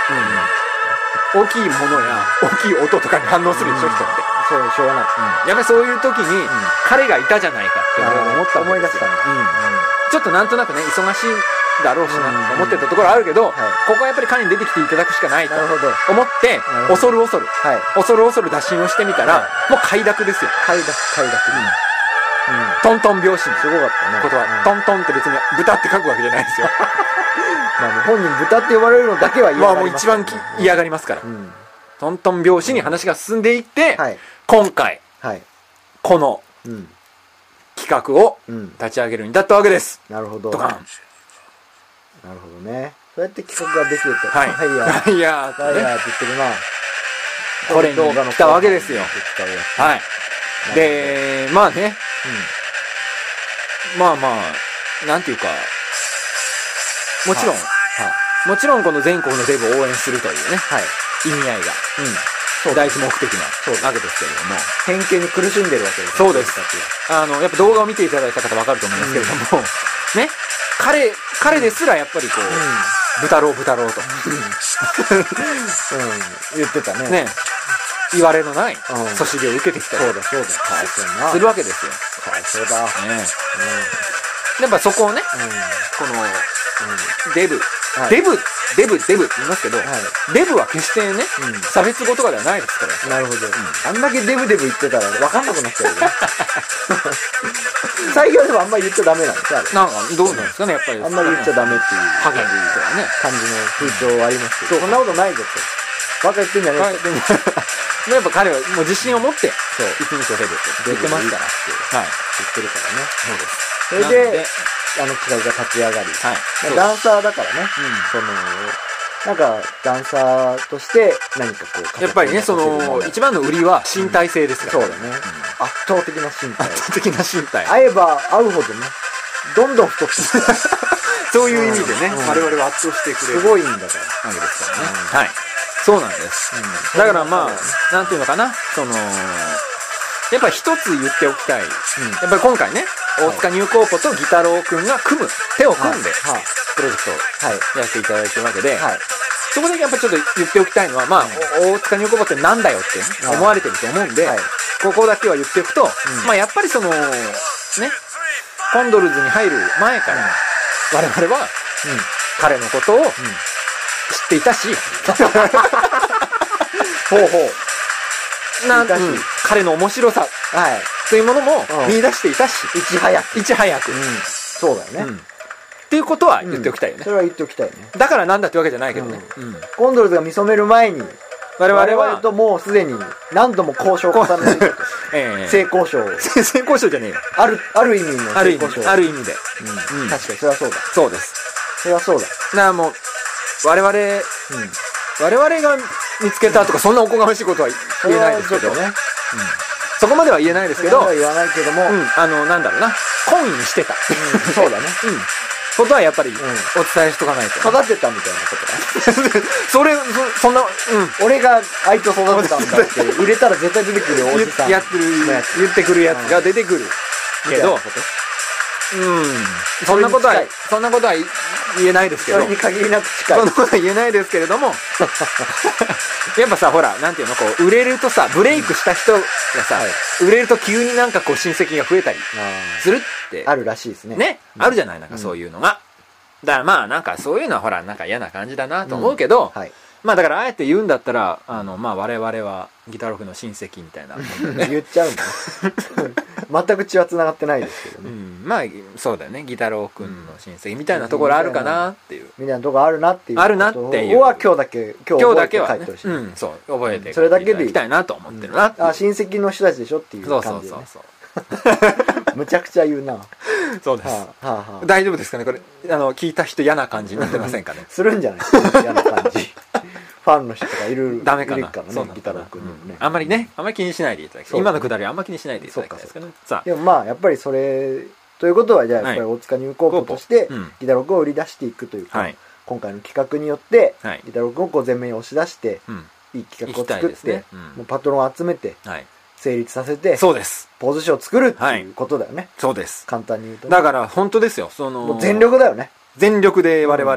Speaker 1: 大きいものや大きい音とかに反応するでしょ、
Speaker 2: うん
Speaker 1: 人って。
Speaker 2: そう、しょうがない。
Speaker 1: やっぱりそういう時に、彼がいたじゃないかって俺は思ったわけですよ
Speaker 2: 思い出した
Speaker 1: うん
Speaker 2: うん。
Speaker 1: ちょっとなんとなくね忙しいだろうし
Speaker 2: うん
Speaker 1: なと思ってたところあるけど、
Speaker 2: い
Speaker 1: ここはやっぱり彼に出てきていただくしかないと
Speaker 2: なるほど。
Speaker 1: 思って
Speaker 2: なるほど
Speaker 1: 恐る恐る
Speaker 2: はい。
Speaker 1: 恐る恐る打診をしてみたらもう快諾ですよ
Speaker 2: 快諾、快諾。うん。
Speaker 1: トントン拍子に
Speaker 2: すごかったね。
Speaker 1: ことは、トントンって別に豚って書くわけじゃない
Speaker 2: [LAUGHS]
Speaker 1: ですよ
Speaker 2: まあ、本人豚って呼ばれるのだけは嫌
Speaker 1: まあ
Speaker 2: が
Speaker 1: もう
Speaker 2: りま
Speaker 1: 一
Speaker 2: すね
Speaker 1: 番き嫌がりますから、
Speaker 2: うん。
Speaker 1: トントン拍子に話が進んでいって、
Speaker 2: はい。
Speaker 1: 今回
Speaker 2: はい。
Speaker 1: この
Speaker 2: うん。
Speaker 1: 企画を
Speaker 2: うん。
Speaker 1: 立ち上げるに至ったわけです
Speaker 2: なるほど。
Speaker 1: ドカン
Speaker 2: なるほどね。そうやって企画ができると。
Speaker 1: はい
Speaker 2: いや。は
Speaker 1: [LAUGHS] はいやー
Speaker 2: い
Speaker 1: ね
Speaker 2: やって言ってるな。
Speaker 1: これに
Speaker 2: 動画の
Speaker 1: 来たわけですよ
Speaker 2: 使うや
Speaker 1: はい
Speaker 2: つ
Speaker 1: でまあねまあまあ、なんていうか、もちろん、
Speaker 2: は
Speaker 1: もちろんこの全国のデブを応援するというね、
Speaker 2: はい。
Speaker 1: 意味合いが、第一目的
Speaker 2: そうです
Speaker 1: なわけですけれども、
Speaker 2: うん。偏見に苦しんでるわけです
Speaker 1: そうですあの、やっぱ動画を見ていただいた方わかると思いますけれども、ね、彼、彼ですらやっぱりこ
Speaker 2: うん。
Speaker 1: う、豚郎豚郎と、
Speaker 2: うん。言ってたね。
Speaker 1: ね、言われのない、
Speaker 2: ん
Speaker 1: そしりを受けてきた
Speaker 2: そう
Speaker 1: り
Speaker 2: だ、そうだ。かわいそうな。
Speaker 1: するわけですよ。
Speaker 2: かわいそうだ。
Speaker 1: ね、やっぱそこをね、
Speaker 2: うん。うん。
Speaker 1: この、デブ、
Speaker 2: はい
Speaker 1: デブ、デブ、デブって言いますけど、デブは決してね、
Speaker 2: うん
Speaker 1: 差別語とかではないですから。
Speaker 2: なるほど。あんだけデブデブ言ってたら分かんなくなっちゃう [LAUGHS] よね。採用でもあんまり言っちゃダメなんですよ、あれ
Speaker 1: なんか、どうなんですかね、やっぱり。
Speaker 2: あんまり言っちゃダメっていう
Speaker 1: ハゲるとかね。
Speaker 2: 感じの風潮はありますけど、そんなことないぞと。バカ言ってんじゃねえ
Speaker 1: はい、
Speaker 2: ぞ
Speaker 1: でも、やっぱ彼はもう自信を持って、
Speaker 2: そう
Speaker 1: 一人称デブって言ってますから。はい。
Speaker 2: 言ってるからね。
Speaker 1: そうです。
Speaker 2: それ
Speaker 1: なん
Speaker 2: で
Speaker 1: で、
Speaker 2: あの企画が立ち上がり。
Speaker 1: はい。そうです
Speaker 2: ダンサーだからね。その、なんか、ダンサーとして何かこう、
Speaker 1: やっぱりね、その、一番の売りは身体性ですか
Speaker 2: そう
Speaker 1: ら。
Speaker 2: だね。圧倒的な身体。
Speaker 1: 圧倒的な身体。
Speaker 2: 会えば会うほどね、どんどん太ってくるから。
Speaker 1: そういう意味でね、
Speaker 2: うん
Speaker 1: 我々は圧倒してくれ
Speaker 2: す
Speaker 1: る
Speaker 2: ごいんだから。
Speaker 1: わけですからね。はい。そうなんです。だからまあ、なんていうのかな、その、やっぱり一つ言っておきたい。やっぱり今回ね、
Speaker 2: はい
Speaker 1: 大塚入高ポとギタロウくんが組む、手を組んで、
Speaker 2: はい。
Speaker 1: プロジェクトを
Speaker 2: はい。
Speaker 1: やっていただいてるわけで、
Speaker 2: はい。
Speaker 1: そこでやっぱちょっと言っておきたいのは、まあ、お大塚入高ポってなんだよってね
Speaker 2: はい
Speaker 1: 思われてると思うんで、
Speaker 2: はい
Speaker 1: ここだけは言っておくと、まあやっぱりその、ね、コンドルズに入る前から、我々は彼のことを知 [LAUGHS] っていたし、
Speaker 2: うん。ほうほう。
Speaker 1: なん
Speaker 2: 知っていたし
Speaker 1: うん彼の面白さ
Speaker 2: はい。
Speaker 1: というものも
Speaker 2: うん
Speaker 1: 見出していたし、
Speaker 2: いち早く。
Speaker 1: いち早く、
Speaker 2: うん。そうだよ
Speaker 1: うん
Speaker 2: ね。
Speaker 1: っていうことは言っておきたいよね
Speaker 2: そ、れは言っておきたいね。
Speaker 1: だからなんだってわけじゃないけどね、うん
Speaker 2: コンドルズが見初める前に、
Speaker 1: 我々は
Speaker 2: ともうすでに何度も交渉を重ねて、
Speaker 1: [LAUGHS] ええ
Speaker 2: 性交渉を。
Speaker 1: [LAUGHS] 性性交渉じゃねえよ
Speaker 2: ある、ある意味の
Speaker 1: ある意
Speaker 2: 性
Speaker 1: 味
Speaker 2: 交渉。
Speaker 1: ある意味で
Speaker 2: うん
Speaker 1: うん
Speaker 2: 確かに、それはそうだ。
Speaker 1: そうです
Speaker 2: それはそうだ。
Speaker 1: なあもう我々我
Speaker 2: うん。
Speaker 1: 々が見つけたとかそんなおこがましいことは
Speaker 2: そ
Speaker 1: 言
Speaker 2: れ
Speaker 1: えない
Speaker 2: は
Speaker 1: です
Speaker 2: ち
Speaker 1: け
Speaker 2: ょっ
Speaker 1: ど
Speaker 2: とね。
Speaker 1: そこまでは言えないですけど
Speaker 2: それは言わないけども、
Speaker 1: うんあのなんだろうな懇意にしてた
Speaker 2: そうだね。
Speaker 1: うん [LAUGHS] ことはやっぱりお
Speaker 2: ん
Speaker 1: 伝えしとかないと、
Speaker 2: 育てたみたいなことだね。
Speaker 1: [LAUGHS] それそそんなうん
Speaker 2: 俺があいつを育てたんだって、
Speaker 1: [LAUGHS]
Speaker 2: 売れたら絶対出てくるよ、お
Speaker 1: 言
Speaker 2: じさん。
Speaker 1: やってる
Speaker 2: のやつ
Speaker 1: 言ってくるやつが出てくるけど、
Speaker 2: みたいなこと
Speaker 1: うんそんなことは
Speaker 2: それに近
Speaker 1: そんなことは言えないですけ
Speaker 2: そ
Speaker 1: ど
Speaker 2: れに限りなく近い
Speaker 1: そん。なことは言えないですけれど
Speaker 2: [LAUGHS]
Speaker 1: もやっぱさほらなんていうのこう売れるとさブレイクした人がさ、
Speaker 2: はい
Speaker 1: 売れると急になんかこう親戚が増えたり
Speaker 2: あ
Speaker 1: するって
Speaker 2: ーあるらしいですね。
Speaker 1: ね、あるじゃないなんかそういうのが、だからまあなんかそういうのはほらなんか嫌な感じだなと思うけど、
Speaker 2: はい。
Speaker 1: まあだからあえて言うんだったらあのまあ我々はギターロフの親戚みたいな、
Speaker 2: 言っちゃう
Speaker 1: [LAUGHS]
Speaker 2: の全く血は繋がってないですけど
Speaker 1: う
Speaker 2: ね。
Speaker 1: ん、まあそうだよねギタロウ君の親戚みたいなところあるかなっていう、
Speaker 2: みたいなとこあるなっていう。
Speaker 1: あるなっていう
Speaker 2: こは今日だけ、今日
Speaker 1: 今日
Speaker 2: 覚え
Speaker 1: だ
Speaker 2: て
Speaker 1: け
Speaker 2: 帰
Speaker 1: は、
Speaker 2: っ
Speaker 1: ね
Speaker 2: てほしい。
Speaker 1: うんそう覚えて
Speaker 2: それだけで
Speaker 1: いただきたいなと思ってるな、
Speaker 2: あ、親戚の人たちでしょっていう
Speaker 1: そうそ
Speaker 2: 感
Speaker 1: う
Speaker 2: じで
Speaker 1: そう
Speaker 2: ね。
Speaker 1: そう
Speaker 2: むちゃくちゃ言
Speaker 1: [LAUGHS]
Speaker 2: うな。は
Speaker 1: そうで
Speaker 2: あ
Speaker 1: す、
Speaker 2: はあはあ
Speaker 1: 大丈夫ですかねこれあの聞いた人嫌な感じになってませんかね
Speaker 2: するんじゃないですか嫌な感じ。ファンの人がいる、
Speaker 1: ダメか
Speaker 2: いる
Speaker 1: な
Speaker 2: から
Speaker 1: そうな、
Speaker 2: ね
Speaker 1: の
Speaker 2: ギ
Speaker 1: か
Speaker 2: タ
Speaker 1: な
Speaker 2: ロ君にもね
Speaker 1: う。んあんまり。ねあんまり気にしないでいただきた
Speaker 2: そ
Speaker 1: い
Speaker 2: う
Speaker 1: 今のくだりはあんまり気にしないでいただきたいですけどねさあ
Speaker 2: でもまあ、やっぱりそれ、ということは、じゃあやっぱり大塚入高校として
Speaker 1: 高校うん、
Speaker 2: ギタロ君を売り出していくというか
Speaker 1: はい、
Speaker 2: 今回の企画によって
Speaker 1: はい、
Speaker 2: ギタロ君をこう前面に押し出して、
Speaker 1: うん
Speaker 2: いい企画
Speaker 1: 行
Speaker 2: を
Speaker 1: きたい
Speaker 2: 作っ
Speaker 1: です
Speaker 2: て
Speaker 1: ね、、うん
Speaker 2: もうパトロンを集めて、
Speaker 1: はい、
Speaker 2: 成立させて、
Speaker 1: そうです
Speaker 2: ポーズ賞を作るっていうことだよね。
Speaker 1: そうです
Speaker 2: 簡単に言うとね、
Speaker 1: だから本当ですよその
Speaker 2: もう全力だよね。
Speaker 1: 全力で我
Speaker 2: うん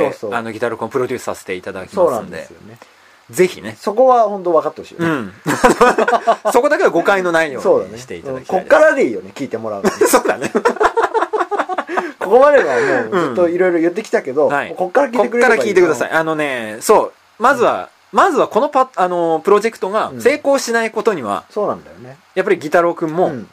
Speaker 1: 々、
Speaker 2: そうそう
Speaker 1: あのギタロコンプロデュースさせていただき
Speaker 2: そう
Speaker 1: ま
Speaker 2: な
Speaker 1: すん
Speaker 2: んで
Speaker 1: です
Speaker 2: よね。
Speaker 1: ぜひね
Speaker 2: そこは本当分かってほしいよ
Speaker 1: う
Speaker 2: ね。
Speaker 1: ん [LAUGHS] そこだけは誤解のないよ
Speaker 2: そう
Speaker 1: う
Speaker 2: だね。
Speaker 1: にしていただき
Speaker 2: う
Speaker 1: た
Speaker 2: ん
Speaker 1: い
Speaker 2: こっ
Speaker 1: です
Speaker 2: からでいいよね、聞いてもらう [LAUGHS] のね
Speaker 1: そうだね
Speaker 2: ここまではもうずっといろいろ言ってきたけど、
Speaker 1: はい
Speaker 2: もうこっから聞い
Speaker 1: こ
Speaker 2: て
Speaker 1: っ
Speaker 2: くれ
Speaker 1: か
Speaker 2: れば
Speaker 1: ら
Speaker 2: いい
Speaker 1: 聞いてください。あのねそうまずは、まずはこのパあのプロジェクトが
Speaker 2: うん
Speaker 1: 成功しないことには、
Speaker 2: そうなんだよね。
Speaker 1: やっぱりギタロー君
Speaker 2: う
Speaker 1: も
Speaker 2: ん